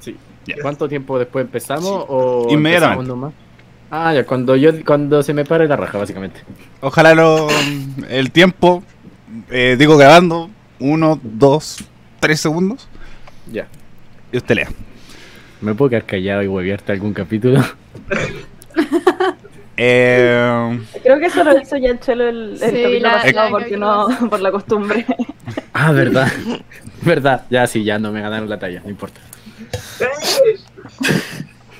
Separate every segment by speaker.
Speaker 1: Sí. Yeah. ¿Cuánto tiempo después empezamos? Sí. O
Speaker 2: Inmediatamente.
Speaker 1: empezamos nomás? Ah, ya, cuando yo cuando se me pare la raja, básicamente.
Speaker 2: Ojalá lo, el tiempo, eh, digo grabando, uno, dos, tres segundos.
Speaker 1: Ya.
Speaker 2: Y usted lea.
Speaker 1: ¿Me puedo quedar callado y huevearte algún capítulo?
Speaker 2: eh...
Speaker 3: Creo que eso lo hizo ya el chelo el, el sí, capítulo la, pasado la, porque la, no, por la costumbre.
Speaker 1: Ah, verdad. verdad. Ya sí, ya no me ganaron la talla, no importa.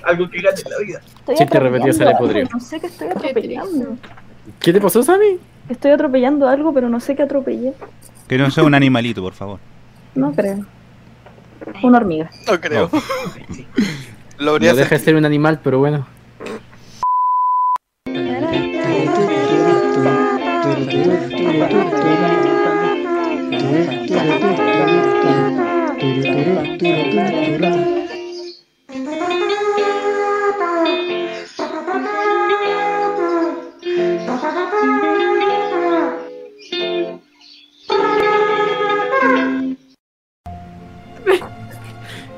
Speaker 4: Algo que gane la vida.
Speaker 3: Estoy
Speaker 1: Chiste repetido sale
Speaker 3: atropellando
Speaker 1: podrido.
Speaker 3: algo, No sé qué estoy atropellando.
Speaker 1: ¿Qué te pasó, Sammy?
Speaker 3: Estoy atropellando algo, pero no sé qué atropellé.
Speaker 2: Que no sea un animalito, por favor.
Speaker 3: No creo. Una hormiga.
Speaker 4: No creo. Lo
Speaker 1: No deja de ser un animal, pero bueno.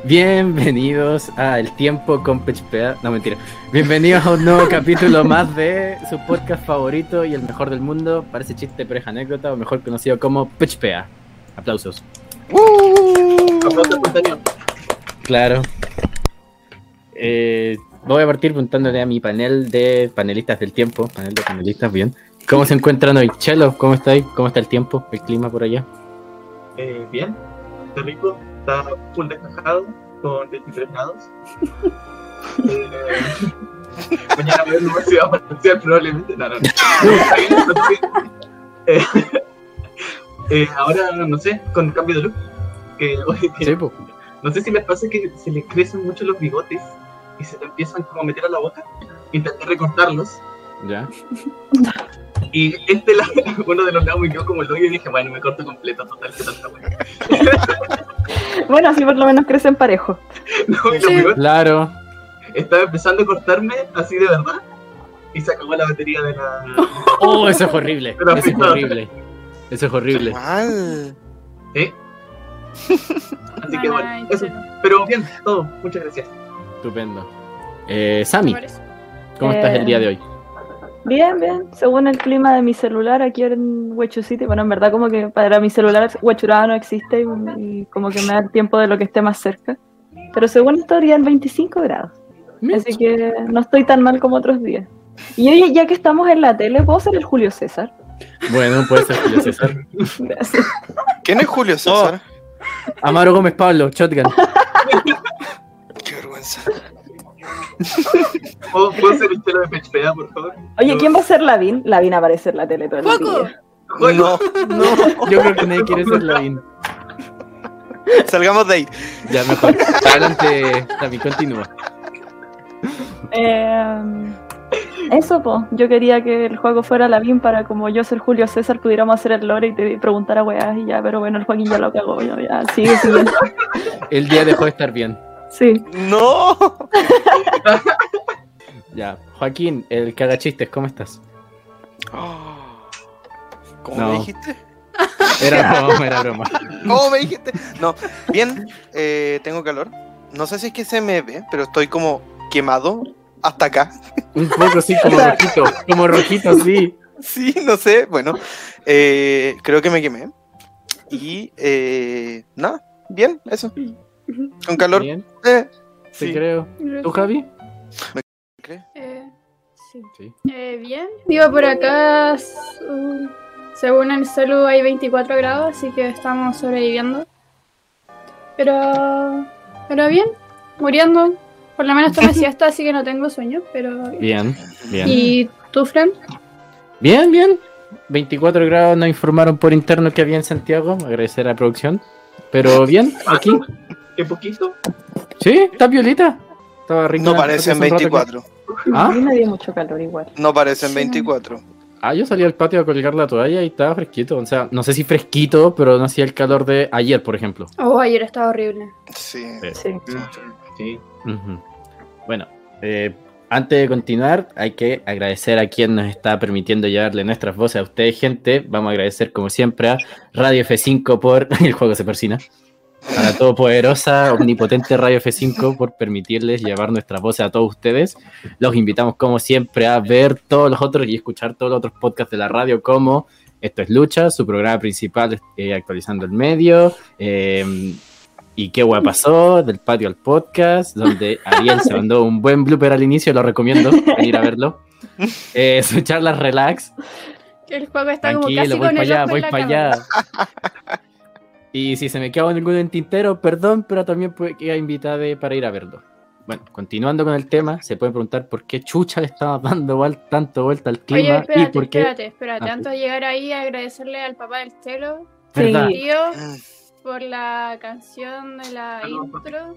Speaker 1: Bienvenidos a El Tiempo con PHPA. No, mentira. Bienvenidos a un nuevo capítulo más de su podcast favorito y el mejor del mundo. Parece chiste, pero es anécdota, o mejor conocido como PHPA. Aplausos.
Speaker 4: Aplausos espontáneos.
Speaker 1: Claro. Eh, voy a partir preguntándole a mi panel de panelistas del tiempo. Panel de panelistas, bien. ¿Cómo se encuentran hoy? Chelo, ¿cómo estáis? ¿Cómo está el tiempo? ¿El clima por allá?
Speaker 4: Eh, bien, está rico, está full descajado con 23 grados. Eh, mañana voy a la universidad para pasear probablemente. No, no, no. Está bien, está bien. Eh, eh, ahora, no sé, con cambio de look. Que hoy,
Speaker 1: Sí, po.
Speaker 4: no sé si les pasa que se les crecen mucho los bigotes y se te empiezan como a meter a la boca. Intenté recortarlos
Speaker 1: Ya.
Speaker 4: y este lado, uno de los lados me quedó como el hoyo y dije, bueno, me corto completo, total, que tanta wea.
Speaker 3: Bueno, así por lo menos crecen parejo.
Speaker 4: No, y lo
Speaker 5: Sí.
Speaker 4: peor,
Speaker 1: Claro.
Speaker 4: estaba empezando a cortarme así de verdad y se acabó la batería de la...
Speaker 1: Oh, eso es horrible.
Speaker 4: Pero
Speaker 1: Eso es
Speaker 4: puta.
Speaker 1: horrible. Eso es horrible.
Speaker 6: Ah. Mal.
Speaker 4: ¿Eh? Así que bueno,
Speaker 5: Ay,
Speaker 4: eso.
Speaker 5: chelo.
Speaker 4: Pero bien, todo, muchas gracias.
Speaker 1: Estupendo. Eh, Sammy,
Speaker 5: Parece-
Speaker 1: ¿cómo estás
Speaker 3: Eh,
Speaker 1: el día de hoy?
Speaker 3: Bien, bien. Según el clima de mi celular aquí ahora en Huechu City, bueno, en verdad como que para mi celular Huechuraba no existe y, y como que me da el tiempo de lo que esté más cerca. Pero según esto en 25 grados. Así que no estoy tan mal como otros días. Y oye, ya que estamos en la tele, ¿puedo ser el Julio César?
Speaker 1: Bueno, puede ser Julio César.
Speaker 3: Gracias.
Speaker 6: ¿Quién es Julio César?
Speaker 1: Amaro Gómez Pablo, Shotgun.
Speaker 6: Qué vergüenza.
Speaker 4: ¿Puedo, puedo ser el pelo de pechpea, por favor?
Speaker 3: Oye, ¿quién va a ser Lavín? Lavín aparece en la tele todo el
Speaker 5: ¡Poco!
Speaker 3: día.
Speaker 4: Bueno,
Speaker 6: No, no.
Speaker 1: Yo creo que nadie quiere ser Lavín.
Speaker 6: Salgamos de ahí.
Speaker 1: Ya, mejor. Adelante, Sammy, continúa.
Speaker 3: Eh, eso, po. Yo quería que el juego fuera Lavín para como yo ser Julio César pudiéramos hacer el lore y te preguntar a weas y ya, pero bueno, el Joaquín ya lo cagó. Ya, ya, sigue, sigue.
Speaker 1: El día dejó de estar bien.
Speaker 3: Sí.
Speaker 6: No.
Speaker 1: Ya. Joaquín, el cagachistes, ¿cómo estás?
Speaker 6: ¿Cómo
Speaker 1: No.
Speaker 6: me dijiste?
Speaker 1: Era broma, era broma.
Speaker 6: ¿Cómo me dijiste? No. Bien, eh, tengo calor. No sé si es que se me ve, pero estoy como quemado hasta acá.
Speaker 1: Un poco sí, como rojito. Como rojito, sí.
Speaker 6: Sí, no sé. Bueno, eh, creo que me quemé. Y eh, nada, bien, eso. Con calor.
Speaker 1: Bien,
Speaker 6: eh,
Speaker 1: sí.
Speaker 6: sí.
Speaker 1: creo. ¿Tú, Javi?
Speaker 5: Eh, sí.
Speaker 1: Sí.
Speaker 5: Eh, bien. Digo, por acá, su- según el celu, hay 24 grados, así que estamos sobreviviendo. Pero. Pero bien, muriendo. Por lo menos tomé siesta, así que no tengo sueño, pero.
Speaker 1: Bien, bien.
Speaker 5: ¿Y tú, Fran?
Speaker 1: Bien, bien. 24 grados nos informaron por interno que había en Santiago. Agradecer a la producción. Pero bien, aquí.
Speaker 4: qué poquito.
Speaker 1: Sí, está violita. Estaba rico.
Speaker 6: No parecen 24.
Speaker 3: A
Speaker 1: Ah,
Speaker 3: mí me dio mucho calor igual.
Speaker 6: No parecen
Speaker 5: Sí.
Speaker 6: 24.
Speaker 1: ah, yo salí al patio a colgar la toalla y estaba fresquito. O sea, no sé si fresquito, pero no hacía el calor de ayer, por ejemplo.
Speaker 5: Oh, ayer estaba horrible.
Speaker 6: Sí.
Speaker 3: Sí.
Speaker 4: Sí.
Speaker 1: Ujú. Bueno, eh, antes de continuar, hay que agradecer a quien nos está permitiendo llevarle nuestras voces a ustedes, gente. Vamos a agradecer, como siempre, a Radio F5 por. El juego se persina. a la todopoderosa, omnipotente Radio F5 por permitirles llevar nuestra voz a todos ustedes. Los invitamos, como siempre, a ver todos los otros y escuchar todos los otros podcasts de la radio, como Esto es Lucha, su programa principal eh, actualizando el medio. eh, y qué guay pasó, del patio al podcast, donde Ariel se mandó un buen blooper al inicio, lo recomiendo, ir a verlo. Eh, su charla relax,
Speaker 5: Que el juego está como casi
Speaker 1: Tranquilo, voy
Speaker 5: con
Speaker 1: para
Speaker 5: el
Speaker 1: allá,
Speaker 5: ojo
Speaker 1: voy
Speaker 5: en la
Speaker 1: para
Speaker 5: cama.
Speaker 1: allá. Y si se me quedó alguno en tintero, perdón, pero también puede que invitada para ir a verlo. Bueno, continuando con el tema, se pueden preguntar por qué Chucha le estaba dando vuel- tanto vuelta al clima
Speaker 5: Oye,
Speaker 1: y
Speaker 5: espérate,
Speaker 1: por qué.
Speaker 5: espérate, espérate.
Speaker 1: Ah,
Speaker 5: Antes de llegar ahí, agradecerle al papá del Chelo,
Speaker 1: ¿Verdad?
Speaker 3: Sí.
Speaker 5: tío,
Speaker 6: Mm.
Speaker 5: por la canción de
Speaker 1: Ah,
Speaker 5: la intro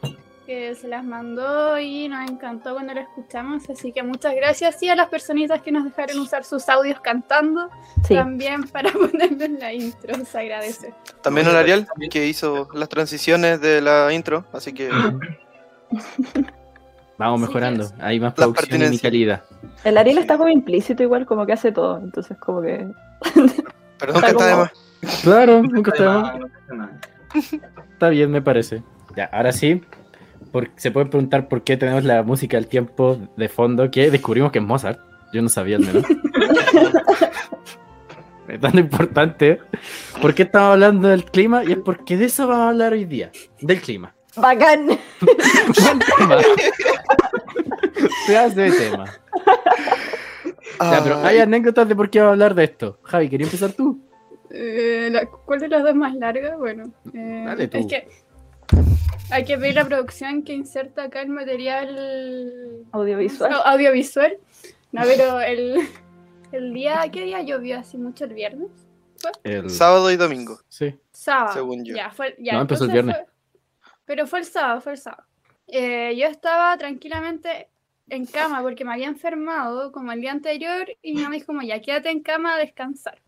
Speaker 1: pues.
Speaker 5: que se las mandó y nos encantó cuando la escuchamos. Así que muchas gracias y a las personitas que nos dejaron usar sus audios cantando
Speaker 3: Sí.
Speaker 5: también para ponernos la intro. Se agradece.
Speaker 6: También el Ariel, que hizo las transiciones de la intro, así que
Speaker 1: Vamos
Speaker 5: Sí,
Speaker 1: mejorando,
Speaker 5: es.
Speaker 1: hay más producción y
Speaker 6: pertinencia.
Speaker 1: calidad.
Speaker 3: El Ariel está como implícito igual, como que hace todo, entonces como que...
Speaker 6: perdón
Speaker 3: Está
Speaker 6: que está de
Speaker 3: como-
Speaker 6: más.
Speaker 1: Claro, nunca está
Speaker 4: Además, no pasa nada.
Speaker 1: Está bien, me parece. Ya, ahora sí, por- se pueden preguntar por qué tenemos la música del tiempo de fondo, que descubrimos que es Mozart. Yo no sabía al menos. es tan importante. ¿Por qué estamos hablando del clima? Y es porque de eso vamos a hablar hoy día, del clima.
Speaker 3: ¡Bacán!
Speaker 1: Buen tema. Se hace tema. Ya, pero hay
Speaker 6: Ay,
Speaker 1: anécdotas de por qué vamos a hablar de esto. Javi, ¿querías empezar tú?
Speaker 5: Eh, la- ¿Cuál de las dos es más larga? Bueno, eh,
Speaker 1: Dale tú.
Speaker 5: es que hay que pedir la producción que inserta acá el material
Speaker 3: Audiovisual.
Speaker 5: Au- Audiovisual. No, pero el, el día, ¿qué día llovió así mucho el viernes?
Speaker 1: El-
Speaker 6: Sábado y domingo.
Speaker 1: Sí.
Speaker 5: Sábado.
Speaker 6: Según yo.
Speaker 5: Ya, fue, ya,
Speaker 1: No, empezó el
Speaker 5: entonces
Speaker 1: viernes.
Speaker 5: fue- pero fue el sábado, fue el sábado. Eh, yo estaba tranquilamente en cama porque me había enfermado como el día anterior y mi mamá dijo como ya quédate en cama a descansar.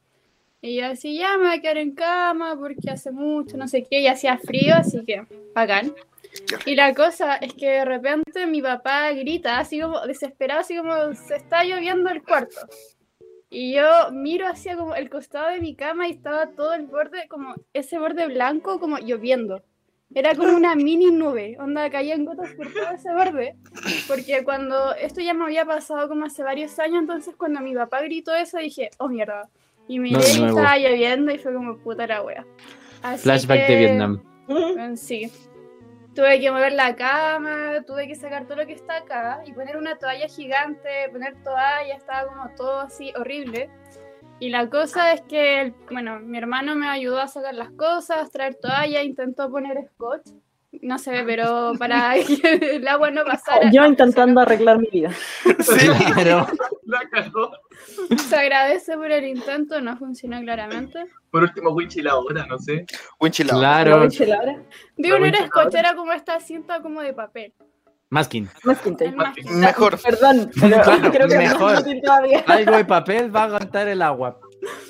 Speaker 5: Y yo así ya me voy a quedar en cama porque hace mucho, no sé qué, y hacía frío, así que bacán. Y la cosa es que de repente mi papá grita así como desesperado, así como se está lloviendo el cuarto. Y yo miro hacia como el costado de mi cama y estaba todo el borde, como ese borde blanco, como lloviendo. Era como una mini nube, onda caían gotas por todo ese borde. Porque cuando esto ya me había pasado como hace varios años, entonces cuando mi papá gritó eso dije, oh mierda. Y miré
Speaker 1: No, de
Speaker 5: y
Speaker 1: nuevo.
Speaker 5: estaba lloviendo y fue como puta la wea. Así
Speaker 1: Flashback
Speaker 5: que-
Speaker 1: de Vietnam.
Speaker 5: en sí. Tuve que mover la cama, tuve que sacar todo lo que está acá y poner una toalla gigante, poner toalla, estaba como todo así horrible. Y la cosa es que, el- bueno, mi hermano me ayudó a sacar las cosas, traer toalla, intentó poner scotch, no sé, pero para que el agua no pasara.
Speaker 3: Oh, Yo intentando arreglar mi vida.
Speaker 1: Claro.
Speaker 4: La cagó.
Speaker 5: Se agradece por el intento, no funcionó claramente.
Speaker 4: Por último, Winchi la hora, no sé.
Speaker 6: Winchilado.
Speaker 1: Claro.
Speaker 5: Digo, no era
Speaker 4: Pero bueno,
Speaker 5: scotch, era como esta cinta como de papel.
Speaker 1: Masking.
Speaker 3: Más que
Speaker 5: el
Speaker 3: intento.
Speaker 5: masking.
Speaker 6: Mejor.
Speaker 3: Perdón, pero
Speaker 1: Claro,
Speaker 3: creo que
Speaker 1: mejor.
Speaker 3: no útil todavía.
Speaker 1: Algo de papel va a aguantar el agua.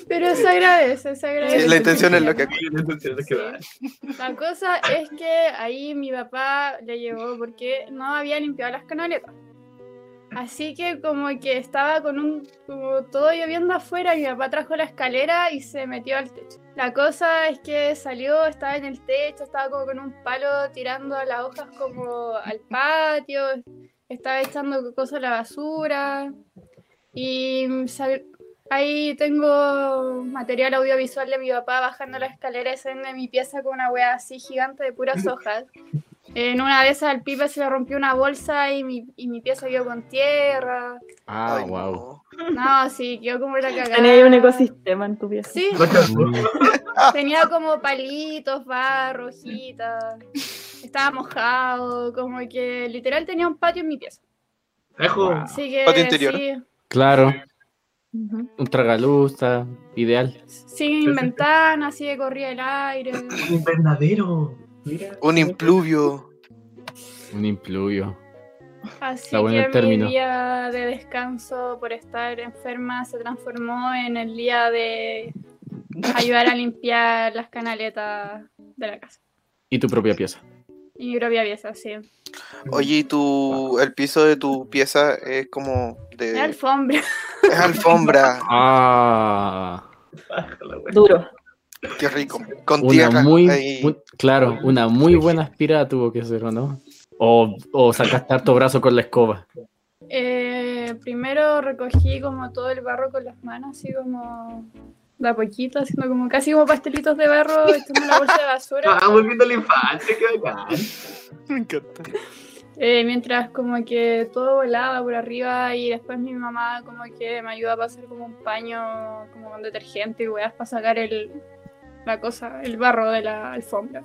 Speaker 5: Pero se agradece, se agradece.
Speaker 6: Sí, la intención es lo que.
Speaker 4: Sí, entonces, es que va.
Speaker 5: La cosa es que ahí mi papá le llevó porque no había limpiado las canaletas. Así que como que estaba con un como todo lloviendo afuera, y mi papá trajo la escalera y se metió al techo. La cosa es que salió, estaba en el techo, estaba como con un palo tirando las hojas como al patio, estaba echando cosas a la basura. Y sal- Ahí tengo material audiovisual de mi papá bajando la escalera y saliendo de mi pieza con una wea así gigante de puras hojas. En una de esas al pipe se le rompió una bolsa y mi, y mi pieza quedó con tierra.
Speaker 1: Ah,
Speaker 6: Ay,
Speaker 1: wow.
Speaker 6: no.
Speaker 5: No, sí, quedó como la cagada.
Speaker 3: Tenía ahí un ecosistema en tu vida.
Speaker 5: Sí,
Speaker 4: La cagó.
Speaker 1: Mm,
Speaker 5: tenía como palitos, barro, hojitas. Estaba mojado, como que literal tenía un patio en mi pieza.
Speaker 4: Ejo.
Speaker 1: Wow.
Speaker 5: Así que
Speaker 6: Patio interior.
Speaker 5: sí,
Speaker 1: Claro.
Speaker 3: Ujú.
Speaker 1: Un tragaluz está ideal.
Speaker 5: sin ventana, así que corría el aire.
Speaker 4: Un invernadero. Mira.
Speaker 6: Un impluvio.
Speaker 1: Un impluyo.
Speaker 5: Así
Speaker 1: Está bueno el
Speaker 5: que
Speaker 1: término.
Speaker 5: mi día de descanso por estar enferma se transformó en el día de ayudar a limpiar las canaletas de la casa.
Speaker 1: Y tu propia pieza.
Speaker 5: Y mi propia pieza, sí.
Speaker 6: Oye, ¿y tu, el piso de tu pieza es como
Speaker 5: La
Speaker 6: de.
Speaker 5: alfombra.
Speaker 6: Es alfombra.
Speaker 1: Ah.
Speaker 4: Bájala, güey.
Speaker 3: Duro.
Speaker 6: Qué rico. Con tierra.
Speaker 1: Una muy,
Speaker 6: ahí.
Speaker 1: muy- claro, una muy buena aspirada tuvo que ser, ¿o no? O, o sacaste harto brazo con la escoba.
Speaker 5: Eh, primero recogí como todo el barro con las manos, así como de a poquito, haciendo como casi como pastelitos de barro, echando en la bolsa de basura.
Speaker 4: Ah, volviendo a la infancia, qué bacán.
Speaker 6: Me encanta.
Speaker 5: Eh, mientras como que todo volaba por arriba y después mi mamá como que me ayuda a pasar como un paño como con detergente y weas para sacar el la cosa, el barro de la alfombra.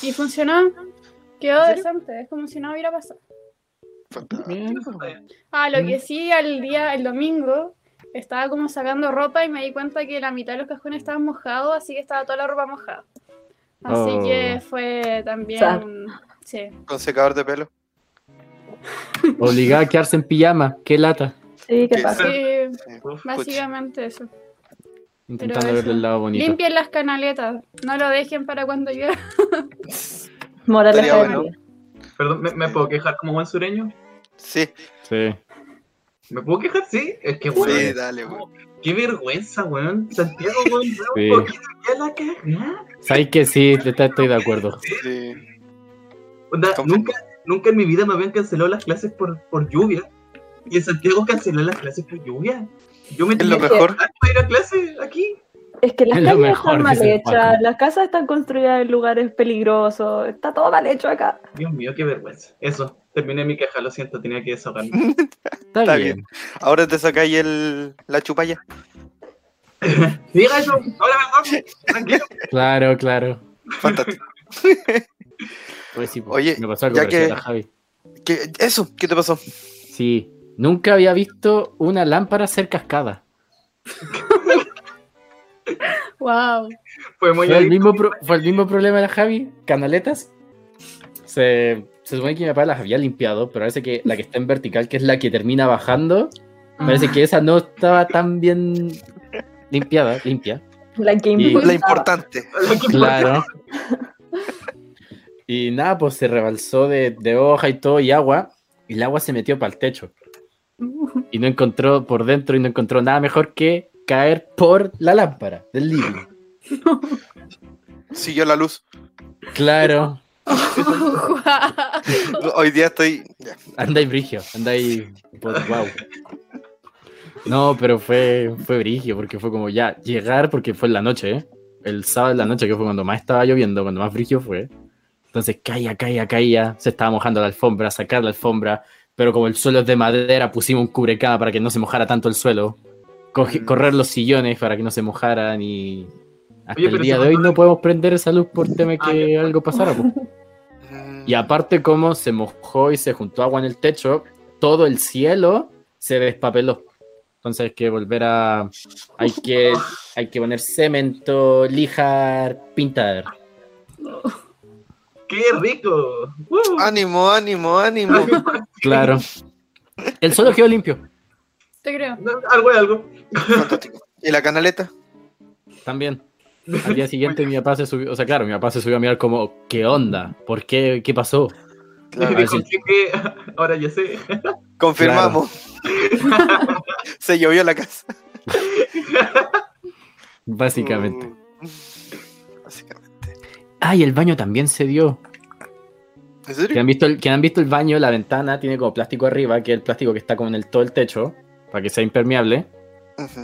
Speaker 5: Y funcionó. Quedó decente, es como si no hubiera pasado.
Speaker 6: Fantástico.
Speaker 5: Ah, lo
Speaker 1: Mm.
Speaker 5: que sí, al día, el domingo, estaba como sacando ropa y me di cuenta que la mitad de los cajones estaban mojados, así que estaba toda la ropa mojada. Así
Speaker 1: Oh.
Speaker 5: que fue también...
Speaker 3: Sad.
Speaker 5: Sí.
Speaker 6: Con secador de pelo.
Speaker 1: Obligada a quedarse en pijama, qué lata.
Speaker 3: Sí, qué
Speaker 6: Sí.
Speaker 3: pasa.
Speaker 5: Sí,
Speaker 6: Uf,
Speaker 5: básicamente eso.
Speaker 1: Intentando
Speaker 5: Pero
Speaker 1: verle el
Speaker 5: eso.
Speaker 1: lado bonito.
Speaker 5: Limpien las canaletas, no lo dejen para cuando llueva.
Speaker 3: Morales
Speaker 6: Estaría
Speaker 3: de
Speaker 6: bueno.
Speaker 3: vida.
Speaker 4: Perdón, ¿me, me puedo quejar como buen sureño?
Speaker 6: pucha. Sí,
Speaker 1: Sí.
Speaker 4: ¿Me puedo quejar? Sí, es que
Speaker 6: sí,
Speaker 4: weón.
Speaker 6: dale, weón.
Speaker 4: Qué vergüenza, weón. Santiago, weón,
Speaker 1: Sí.
Speaker 4: un poquito ya la cagá.
Speaker 1: Sabes que sí, te- te- estoy de acuerdo.
Speaker 6: Sí.
Speaker 4: Onda,
Speaker 6: Confirmo.
Speaker 4: nunca, nunca en mi vida me habían cancelado las clases por, por lluvia. Y en Santiago canceló las clases por lluvia. Yo me
Speaker 6: Es
Speaker 4: tenía
Speaker 6: lo
Speaker 4: que
Speaker 6: mejor.
Speaker 4: bajar para ir a clase aquí.
Speaker 3: Es que las
Speaker 1: Es lo
Speaker 3: calles
Speaker 1: mejor,
Speaker 3: están mal
Speaker 1: dice el Paco.
Speaker 3: hechas, las casas están construidas en lugares peligrosos, está todo mal hecho acá.
Speaker 4: Dios mío, qué vergüenza. Eso, terminé mi queja, lo siento, tenía que desahogarme.
Speaker 1: Está,
Speaker 6: Está
Speaker 1: bien.
Speaker 6: Ahora te sacáis el, la chupalla.
Speaker 4: Diga eso, ahora verdad, tranquilo.
Speaker 1: Claro, claro.
Speaker 6: Fantástico.
Speaker 1: Pues sí, pues,
Speaker 6: Oye,
Speaker 1: me pasó algo
Speaker 6: ya
Speaker 1: parecido
Speaker 6: que-
Speaker 1: a la Javi.
Speaker 6: ¿Qué- eso, ¿qué te pasó?
Speaker 1: Sí, nunca había visto una lámpara ser cascada.
Speaker 5: Wow.
Speaker 4: Fue
Speaker 1: Fue
Speaker 4: muy
Speaker 1: el,
Speaker 4: adicto.
Speaker 1: mismo pro- fue el mismo problema de la Javi, canaletas. Se, se supone que mi papá las había limpiado, pero parece que la que está en vertical, que es la que termina bajando, parece que esa no estaba tan bien limpiada, limpia.
Speaker 3: La que
Speaker 1: Y-
Speaker 3: importa.
Speaker 6: La importante.
Speaker 1: Claro. Y nada, pues se rebalsó de, de hoja y todo y agua, y el agua se metió para el techo. Y no encontró por dentro y no encontró nada mejor que caer por la lámpara del libro.
Speaker 6: Siguió la luz.
Speaker 1: Claro.
Speaker 5: Guau.
Speaker 6: Hoy día estoy. ya.
Speaker 1: Anda y brigio, anda y pues, wow. No, pero fue, fue brigio, porque fue como ya llegar, porque fue en la noche, ¿eh? el sábado en la noche, que fue cuando más estaba lloviendo, cuando más brigio fue. Entonces caía, caía, caía, se estaba mojando la alfombra, sacar la alfombra, pero como el suelo es de madera, pusimos un cubrecama para que no se mojara tanto el suelo, coge-
Speaker 6: Mm.
Speaker 1: correr los sillones para que no se mojaran y... Hasta
Speaker 4: Oye,
Speaker 1: el
Speaker 4: pero
Speaker 1: día
Speaker 4: si
Speaker 1: de hoy
Speaker 4: cuando-
Speaker 1: no podemos prender esa luz por tema
Speaker 4: Ah,
Speaker 1: que algo pasara. pues. po.
Speaker 6: Mm,
Speaker 1: Y aparte como se mojó y se juntó agua en el techo, todo el cielo se despapeló. Entonces hay que volver a... Hay que, hay que poner cemento, lijar, pintar.
Speaker 4: ¡Qué rico! ¡Uh!
Speaker 6: Mm. Ah. Ánimo, ánimo, ánimo.
Speaker 1: Claro. El suelo quedó limpio.
Speaker 5: Te creo.
Speaker 4: Algo es algo.
Speaker 6: Fantástico. ¿Y la canaleta?
Speaker 1: También. Al día siguiente mi papá se subió... O sea, claro, mi papá se subió a mirar como, ¿qué onda? ¿Por qué? ¿Qué pasó?
Speaker 6: Claro.
Speaker 1: ver,
Speaker 4: Dijo,
Speaker 1: Ah, sí.
Speaker 4: "Sí, que ahora ya sé.
Speaker 6: Confirmamos. Se llovió la casa.
Speaker 1: Básicamente.
Speaker 6: Mm. Básicamente.
Speaker 1: Ah, y el baño también se dio. Que
Speaker 6: ¿En serio?
Speaker 1: han visto el, que han visto el baño, la ventana tiene como plástico arriba, que es el plástico que está como en el todo el techo, para que sea impermeable.
Speaker 6: Ujú.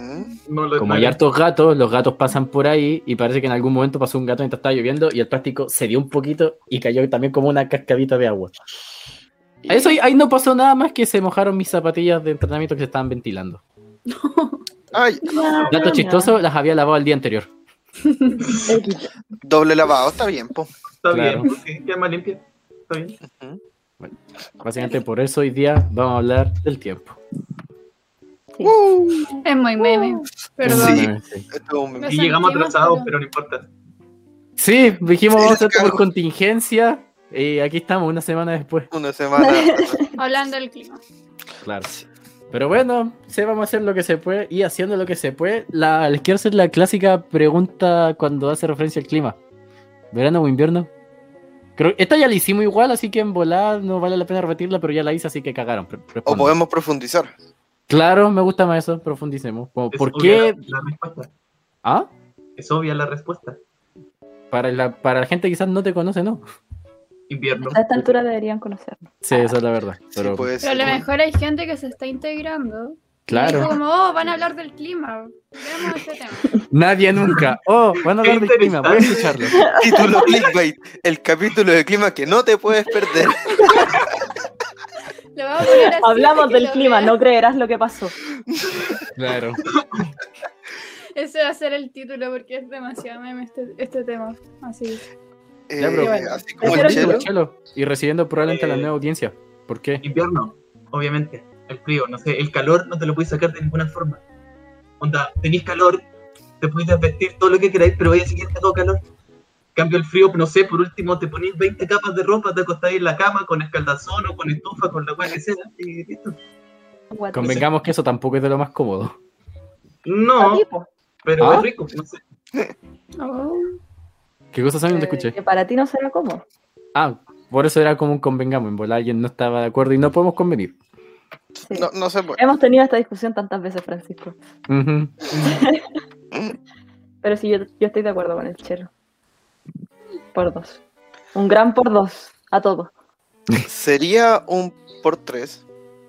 Speaker 4: No lo
Speaker 1: Como hay hartos gatos, los gatos pasan por ahí y parece que en algún momento pasó un gato mientras estaba lloviendo y el plástico se dio un poquito y cayó también como una cascadita de agua. A Eso ahí, ahí no pasó nada más que se mojaron mis zapatillas de entrenamiento que se estaban ventilando.
Speaker 6: Ay,
Speaker 1: Dato
Speaker 3: Ah, Ya.
Speaker 1: chistoso, las había lavado el día anterior.
Speaker 3: X.
Speaker 6: doble lavado, está bien, po.
Speaker 4: Está
Speaker 1: Claro.
Speaker 4: bien, sí, ya más limpia. Está bien.
Speaker 1: Básicamente por eso hoy día vamos a hablar del tiempo.
Speaker 5: Es muy meme. Perdón.
Speaker 6: Sí.
Speaker 1: Sí,
Speaker 6: Esto es un
Speaker 5: Lo
Speaker 4: Y
Speaker 5: sentimos,
Speaker 4: llegamos atrasados,
Speaker 5: pero-
Speaker 4: pero no importa.
Speaker 1: Sí, dijimos
Speaker 6: Sí,
Speaker 1: vamos a hacer por
Speaker 6: claro.
Speaker 1: contingencia y aquí estamos una semana después.
Speaker 6: Una semana.
Speaker 5: Hablando del clima.
Speaker 1: Claro. Pero bueno, sí, vamos a hacer lo que se puede y haciendo lo que se puede. La, les quiero hacer la clásica pregunta cuando hace referencia al clima. ¿Verano o invierno? Creo, esta ya la hicimos igual, así que en volada no vale la pena repetirla, pero ya la hice, así que cagaron. Re-
Speaker 6: O
Speaker 1: respondan.
Speaker 6: podemos profundizar.
Speaker 1: Claro, me gusta más eso, profundicemos. Como,
Speaker 4: Es
Speaker 1: ¿Por
Speaker 4: obvia
Speaker 1: qué?
Speaker 4: La respuesta.
Speaker 1: ¿Ah?
Speaker 4: Es obvia la respuesta.
Speaker 1: Para la, para la gente que quizás no te conoce, ¿no?
Speaker 4: Invierno.
Speaker 3: A esta altura deberían conocerlo.
Speaker 1: Sí, esa es la verdad.
Speaker 6: Ah, Sí,
Speaker 1: Pero,
Speaker 6: puede
Speaker 5: Pero a
Speaker 6: ser.
Speaker 5: lo mejor hay gente que se está integrando. Y dijo
Speaker 1: Claro.
Speaker 5: como, oh, van a hablar del clima. Veamos este tema.
Speaker 1: Nadie nunca. Oh, van a
Speaker 4: Qué
Speaker 1: hablar de clima, voy a
Speaker 4: interesante.
Speaker 1: escucharlo.
Speaker 6: Título clickbait. El capítulo de clima que no te puedes perder.
Speaker 5: Lo vamos a poner así para
Speaker 3: Hablamos
Speaker 5: que
Speaker 3: del
Speaker 5: lo
Speaker 3: clima,
Speaker 5: vean.
Speaker 3: no creerás lo que pasó.
Speaker 1: Claro.
Speaker 5: Ese va a ser el título porque es demasiado meme este, este tema. Así.
Speaker 6: Eh,
Speaker 1: Ya, pero-
Speaker 6: así como el
Speaker 3: Pero-
Speaker 6: chelo.
Speaker 1: Chelo, Y recibiendo probablemente a la
Speaker 4: Eh.
Speaker 1: nueva audiencia. ¿Por qué?
Speaker 4: Invierno, obviamente. El frío, no sé, el calor no te lo puedes sacar de ninguna forma. Onda, tenés calor, te puedes vestir todo lo que queráis, pero vaya a seguir todo calor. Cambio el frío, no sé, por último te ponés 20 capas de ropa, te acostás en la cama con escaldazón o con estufa, con la cual que sea, y listo.
Speaker 3: What the-
Speaker 1: Convengamos que eso tampoco es de lo más cómodo.
Speaker 4: No,
Speaker 3: Ah, tipo,
Speaker 4: pero
Speaker 1: ¿Ah?
Speaker 4: es rico, no sé.
Speaker 5: Oh.
Speaker 1: ¿Qué cosa Sammy? No te
Speaker 3: que-
Speaker 1: escuché.
Speaker 3: Que Eh, para ti no será cómodo.
Speaker 1: Ah, por eso era como un convengamos. En volar alguien no estaba de acuerdo y no podemos convenir.
Speaker 3: Sí.
Speaker 6: No, no se puede.
Speaker 3: Hemos tenido esta discusión tantas veces, Francisco.
Speaker 1: Ujú.
Speaker 3: Pero sí, yo, yo estoy de acuerdo con el chelo. Por dos. Un gran por dos. A todos.
Speaker 6: Sería un por tres,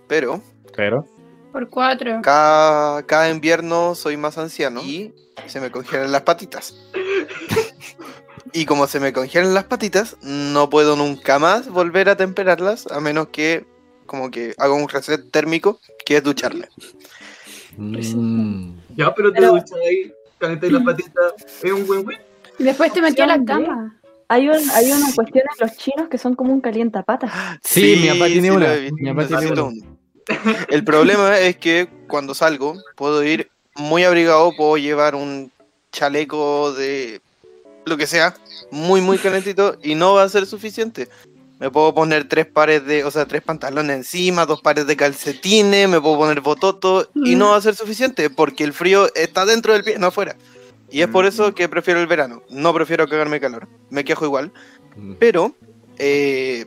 Speaker 6: pero
Speaker 1: Pero.
Speaker 5: Por cuatro.
Speaker 6: cada, cada invierno soy más anciano y se me congelan las patitas. Y como se me congelan las patitas, no puedo nunca más volver a temperarlas a menos que como que haga un reset térmico que es ducharme.
Speaker 1: Mm.
Speaker 4: Ya, pero te
Speaker 3: Pero-
Speaker 4: duchas ahí, calentas las patitas, es un win-win.
Speaker 5: Y después te metí a la cama.
Speaker 3: Hay, un- hay una cuestión en los chinos que son como un calientapatas.
Speaker 1: Sí, mi papá tiene
Speaker 6: lo
Speaker 1: una,
Speaker 6: he visto,
Speaker 1: mi papá
Speaker 6: necesito
Speaker 1: tiene
Speaker 6: uno. El problema es que cuando salgo puedo ir muy abrigado, puedo llevar un chaleco de lo que sea, muy muy calentito y no va a ser suficiente. Me puedo poner tres pares de, o sea, tres pantalones encima, dos pares de calcetines, me puedo poner bototo y no va a ser suficiente porque el frío está dentro del pie, no afuera. Y es por eso que prefiero el verano. No prefiero cagarme calor. Me quejo igual pero eh,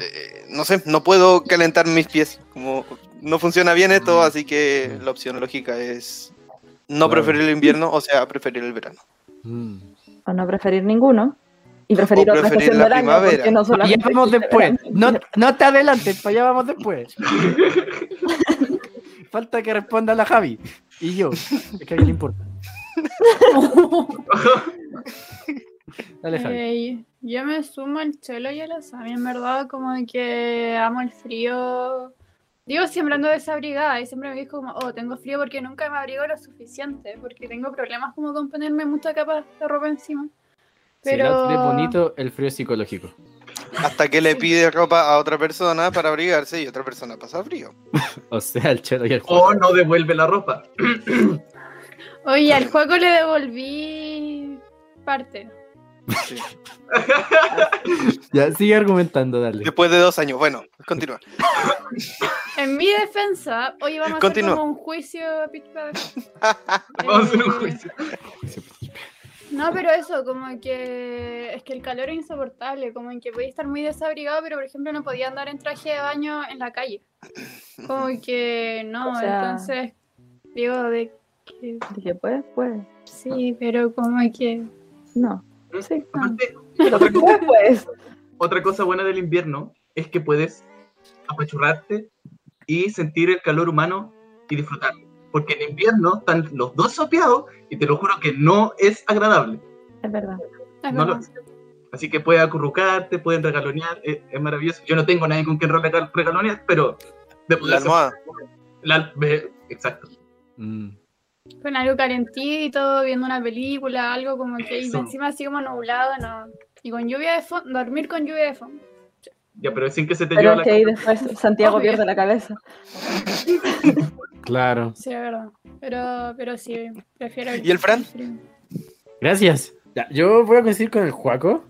Speaker 6: eh, no sé, no puedo calentar mis pies. Como no funciona bien esto, así que la opción lógica es no
Speaker 1: Claro.
Speaker 6: preferir el invierno, o sea, preferir el verano.
Speaker 1: Mm.
Speaker 3: O no preferir ninguno. Y preferir
Speaker 6: O
Speaker 3: otra
Speaker 6: preferir
Speaker 3: estación
Speaker 6: la
Speaker 3: del año.
Speaker 6: primavera.
Speaker 3: porque no
Speaker 1: Ya
Speaker 3: solamente
Speaker 1: vamos
Speaker 3: existe
Speaker 1: después. No,
Speaker 3: verano.
Speaker 1: no te adelantes, para allá vamos después. Falta que responda la Javi. Y yo. Es que a alguien le importa. Dale, Javi.
Speaker 5: Eh, yo me sumo al chelo y a la Sami, en verdad, como de que amo el frío. Digo, siempre ando desabrigada y siempre me dijo como, oh, tengo frío porque nunca me abrigo lo suficiente, porque tengo problemas como con ponerme mucha capa de ropa encima.
Speaker 1: Si el
Speaker 5: Pero...
Speaker 1: outfit es bonito, el frío es psicológico.
Speaker 6: Hasta que le pide ropa a otra persona para abrigarse y otra persona pasa frío.
Speaker 1: O sea, el chelo y el Juan.
Speaker 4: O no devuelve la ropa.
Speaker 5: Oye, al juego le devolví parte.
Speaker 6: Sí.
Speaker 1: Ya, sigue argumentando, dale.
Speaker 6: Después de dos años, bueno, continúa.
Speaker 5: En mi defensa, hoy vamos
Speaker 6: Continúa.
Speaker 5: a hacer como un juicio a Pit Padre.
Speaker 4: Vamos a hacer un
Speaker 5: Eh,
Speaker 4: juicio.
Speaker 5: No, pero eso, como que es que el calor es insoportable, como en que podía estar muy desabrigado, pero por ejemplo no podía andar en traje de baño en la calle. Como que no,
Speaker 3: O sea-
Speaker 5: entonces digo de que
Speaker 3: Dije, pues, pues.
Speaker 5: sí, pero como que
Speaker 3: No. Sí. no.
Speaker 4: Aparte,
Speaker 3: Pero pues, pues.
Speaker 4: otra cosa buena del invierno es que puedes apachurrarte y sentir el calor humano y disfrutarlo. Porque en invierno están los dos sopeados y te lo juro que no es agradable.
Speaker 3: Es verdad.
Speaker 5: es
Speaker 4: No lo
Speaker 5: verdad.
Speaker 4: es. Así que puedes acurrucarte, pueden regalonear, es, es maravilloso. Yo no tengo nadie con quien regal- regalonear, pero de
Speaker 6: La almohada.
Speaker 4: La- eh, exacto.
Speaker 1: Mm.
Speaker 5: con algo calentito, viendo una película, algo como que y
Speaker 4: Eso.
Speaker 5: encima así como nublado, no. Y con lluvia de fondo, dormir con lluvia de fondo.
Speaker 4: Ya, pero sin que se te
Speaker 3: Pero
Speaker 4: lleve
Speaker 3: es
Speaker 4: la
Speaker 3: que ahí después Santiago
Speaker 5: Obvio.
Speaker 3: pierde la cabeza.
Speaker 1: Claro.
Speaker 5: Sí, es verdad. Pero, pero sí, prefiero
Speaker 6: ¿Y el Fran?
Speaker 5: frío.
Speaker 1: Gracias. Ya, yo voy a coincidir con el Juaco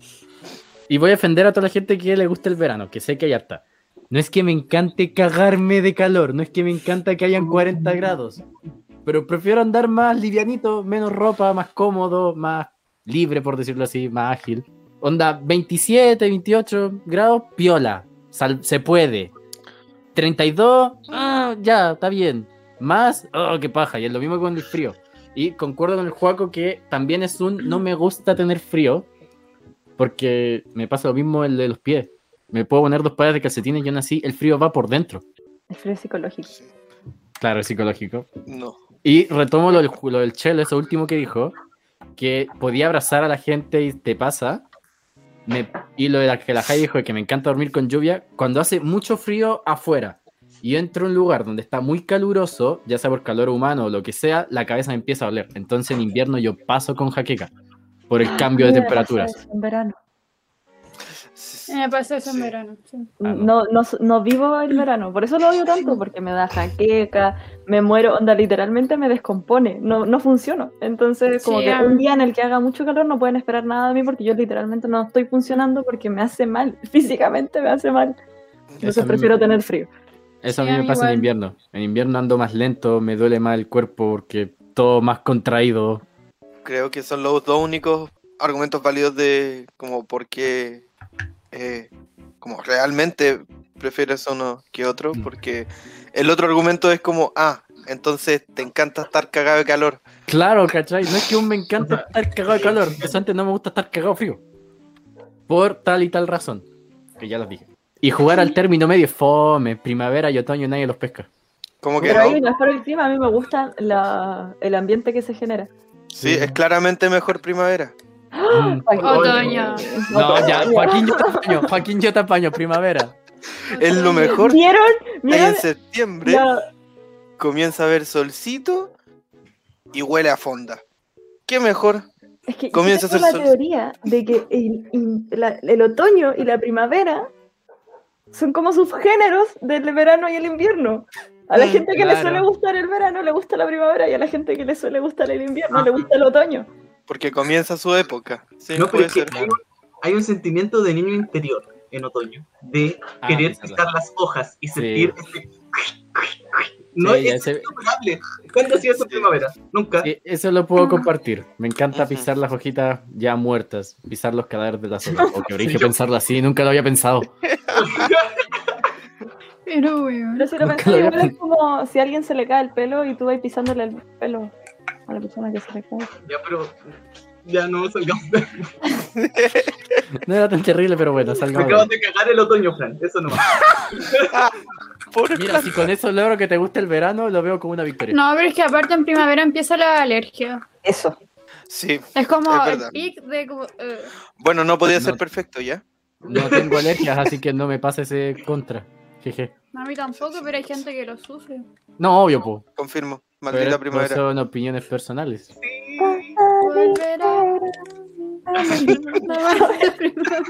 Speaker 1: y voy a ofender a toda la gente que le gusta el verano, que sé que ya está. No es que me encante cagarme de calor, no es que me encanta que hayan 40 grados, pero prefiero andar más livianito, menos ropa, más cómodo, más libre, por decirlo así, más ágil. Onda 27, 28 grados, piola, sal- se puede. 32, ah, ya, está bien. Más, oh, qué paja, y es lo mismo con el frío. Y concuerdo con el Juaco que también es un no me gusta tener frío, porque me pasa lo mismo el de los pies. Me puedo poner dos pares de calcetines y aún así el frío va por dentro.
Speaker 3: El frío psicológico.
Speaker 1: Claro, es psicológico.
Speaker 6: No.
Speaker 1: Y retomo lo del, lo del Chelo, eso último que dijo, que podía abrazar a la gente y te pasa. Me- y lo de la que la Jai dijo de que me encanta dormir con lluvia, cuando hace mucho frío afuera y entro a un lugar donde está muy caluroso, ya sea por calor humano o lo que sea, la cabeza me empieza a doler. Entonces en invierno yo paso con jaqueca por
Speaker 5: Ah,
Speaker 1: el cambio de
Speaker 3: Sí, me
Speaker 1: temperaturas.
Speaker 3: pasa eso En verano.
Speaker 5: Eh, Me pasó eso en
Speaker 6: Sí.
Speaker 5: verano. sí.
Speaker 1: Ah,
Speaker 3: No, no, s- no vivo el verano, por eso lo odio tanto, porque me da jaqueca, me muero, onda, literalmente me descompone, no, no funciono. Entonces, como
Speaker 5: Sí,
Speaker 3: que
Speaker 5: ah.
Speaker 3: un día en el que haga mucho calor no pueden esperar nada de mí porque yo literalmente no estoy funcionando porque me hace mal, físicamente me hace mal.
Speaker 1: Eso a
Speaker 3: Entonces
Speaker 1: mí me-
Speaker 3: prefiero tener frío.
Speaker 1: Eso a
Speaker 5: Sí,
Speaker 1: mí
Speaker 5: a
Speaker 1: me
Speaker 5: mí
Speaker 1: pasa en
Speaker 5: igual.
Speaker 1: invierno. En invierno ando más lento, me duele más el cuerpo porque todo más contraído.
Speaker 6: Creo que son los dos únicos argumentos válidos de como por qué eh, como realmente prefieres uno que otro,
Speaker 4: Mm.
Speaker 6: porque el otro argumento es como, ah, entonces te encanta estar cagado de calor.
Speaker 1: Claro, ¿cachai? No es que aún me encanta estar cagado de calor, eso antes no me gusta estar cagado de frío. Por tal y tal razón, que ya los dije. Y jugar al término medio es fome, primavera y otoño nadie los pesca.
Speaker 6: Como que
Speaker 3: Pero ahí
Speaker 6: no.
Speaker 3: no es por el clima, a mí me gusta la- el ambiente que se genera.
Speaker 6: Sí, es claramente mejor primavera.
Speaker 1: Mm.
Speaker 5: Otoño.
Speaker 1: No, ya, Joaquín yo te apaño, Joaquín yo te apaño, primavera.
Speaker 6: Es lo mejor.
Speaker 3: ¿Vieron?
Speaker 6: En
Speaker 3: ¿Vieron?
Speaker 6: septiembre
Speaker 3: La-
Speaker 6: comienza a haber solcito y huele a fonda. ¿Qué mejor?
Speaker 3: Es que yo
Speaker 6: Comienza a
Speaker 3: tengo la
Speaker 6: hacer sol.
Speaker 3: teoría de que el, in- la- el otoño y la primavera son como subgéneros del verano y el invierno. A la
Speaker 6: Mm,
Speaker 3: gente que le suele
Speaker 1: claro.
Speaker 3: gustar el verano le gusta la primavera y a la gente que le suele gustar el invierno le gusta el otoño.
Speaker 6: Porque comienza su época. Sí,
Speaker 4: No, pero
Speaker 6: puede
Speaker 4: es que
Speaker 6: ser.
Speaker 4: hay un, hay un sentimiento de niño interior en otoño, de
Speaker 1: Ah,
Speaker 4: querer
Speaker 1: esa es
Speaker 4: pisar
Speaker 1: la-
Speaker 4: las hojas y sentir este... No
Speaker 1: Sí, ya
Speaker 4: es
Speaker 1: sé-
Speaker 4: innombrable. ¿Cuándo ha sido tu
Speaker 6: Sí.
Speaker 4: primavera? Nunca.
Speaker 1: sí, eso lo puedo compartir. Me encanta
Speaker 6: Ujú.
Speaker 1: pisar las hojitas ya muertas, pisar los cadáveres de las hojas. O que
Speaker 4: Sí,
Speaker 1: origen
Speaker 4: yo-
Speaker 1: pensarlo así, nunca lo había pensado.
Speaker 5: Pero, weón.
Speaker 3: Pero si lo
Speaker 1: Nunca
Speaker 3: pensás,
Speaker 1: lo había
Speaker 3: igual es como si a alguien se le cae el pelo y tú vas pisándole el pelo a la persona que se le cae.
Speaker 4: Ya, pero... Ya no salgamos.
Speaker 1: No era tan terrible, pero bueno, salga.
Speaker 4: Me acabas de cagar el otoño, Fran. Eso no va.
Speaker 6: Por-
Speaker 1: Mira, si con eso logro que te guste el verano, lo veo como una victoria.
Speaker 5: No, pero es que aparte en primavera empieza la alergia.
Speaker 3: Eso.
Speaker 6: Sí.
Speaker 5: Es como
Speaker 6: Es verdad.
Speaker 5: el pic de como, eh,
Speaker 6: Bueno, no podía ser
Speaker 1: No.
Speaker 6: perfecto ya.
Speaker 1: No tengo alergias, así que no me pasa ese contra. Jeje.
Speaker 5: no, a mí tampoco, pero hay gente que lo sufre.
Speaker 1: No, obvio, po.
Speaker 6: Confirmo.
Speaker 1: Pero
Speaker 6: Maldita
Speaker 1: esto
Speaker 6: primavera.
Speaker 1: son opiniones personales.
Speaker 5: Volverá. No va a ser primavera.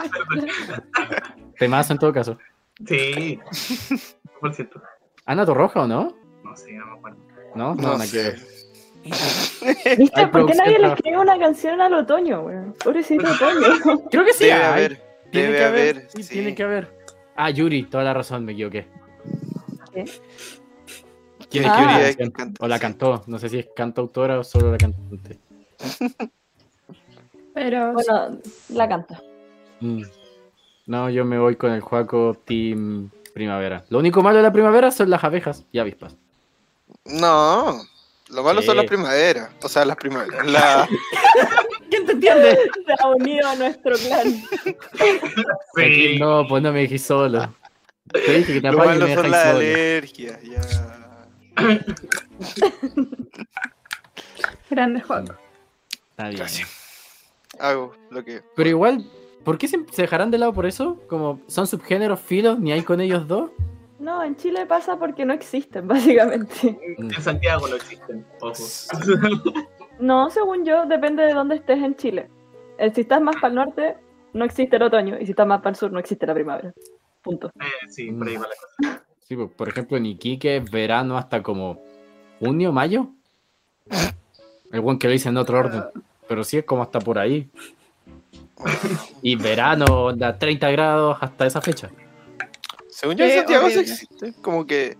Speaker 1: Temazo en todo caso.
Speaker 4: Sí. Por cierto.
Speaker 1: Ana Torroja, ¿o no?
Speaker 4: No sé, no me acuerdo.
Speaker 1: No, no,
Speaker 6: No
Speaker 1: nada que
Speaker 6: sé.
Speaker 1: ver.
Speaker 3: ¿Viste?
Speaker 1: Ay,
Speaker 3: ¿Por qué
Speaker 1: producción
Speaker 3: nadie le
Speaker 1: trabaja.
Speaker 3: escribe una canción al otoño, weón? Pobrecito otoño.
Speaker 1: Creo que sí.
Speaker 6: Debe
Speaker 1: hay.
Speaker 6: haber.
Speaker 1: Tiene
Speaker 6: debe
Speaker 1: que haber.
Speaker 6: haber,
Speaker 1: sí,
Speaker 6: sí.
Speaker 1: tiene que haber. Ah, Yuri, toda la razón, me equivoqué.
Speaker 3: ¿Qué?
Speaker 1: ¿Quién escribió
Speaker 3: Ah.
Speaker 1: la
Speaker 6: Yuri es
Speaker 1: canción?
Speaker 6: que canta,
Speaker 1: O la
Speaker 6: sí.
Speaker 1: cantó. No sé si es cantautora o solo la cantante.
Speaker 5: Pero
Speaker 3: Bueno, la canta.
Speaker 1: Mm. No, yo me voy con el Juaco Team Primavera. Lo único malo de la primavera son las abejas y avispas.
Speaker 6: No. Lo malo son
Speaker 1: Sí.
Speaker 6: las primaveras. O sea, las primaveras. La...
Speaker 1: ¿Quién te entiende?
Speaker 3: Se ha unido a nuestro clan.
Speaker 1: Aquí,
Speaker 4: Sí.
Speaker 1: No, pues no me dejé solo. Te dije que te
Speaker 6: Lo
Speaker 1: apañes y
Speaker 6: malo
Speaker 1: me
Speaker 6: son
Speaker 1: dejáis
Speaker 6: las
Speaker 1: solo.
Speaker 6: alergias. Ya.
Speaker 5: grande Juan.
Speaker 1: Está bien.
Speaker 6: Gracias. Hago lo que.
Speaker 1: Pero igual, ¿por qué siempre se dejarán de lado por eso? Como son subgéneros filos, ni hay con ellos dos.
Speaker 3: No, en Chile pasa porque no existen, básicamente.
Speaker 4: En Santiago no existen. Ojo.
Speaker 3: No, según yo, depende de dónde estés en Chile. Eh, Si estás más para el norte, no existe el otoño. Y si estás más para el sur, no existe la primavera. Punto.
Speaker 4: Eh, sí, por ahí va la cosa.
Speaker 1: Sí, po, pues, por ejemplo, en Iquique es verano hasta como junio, mayo. El buen que lo dice en otro orden. Pero sí es como hasta por ahí. Y verano, onda, 30 grados hasta esa fecha.
Speaker 6: Según yo, en
Speaker 5: Qué
Speaker 6: Santiago sí
Speaker 5: horrible.
Speaker 6: existe. Como que.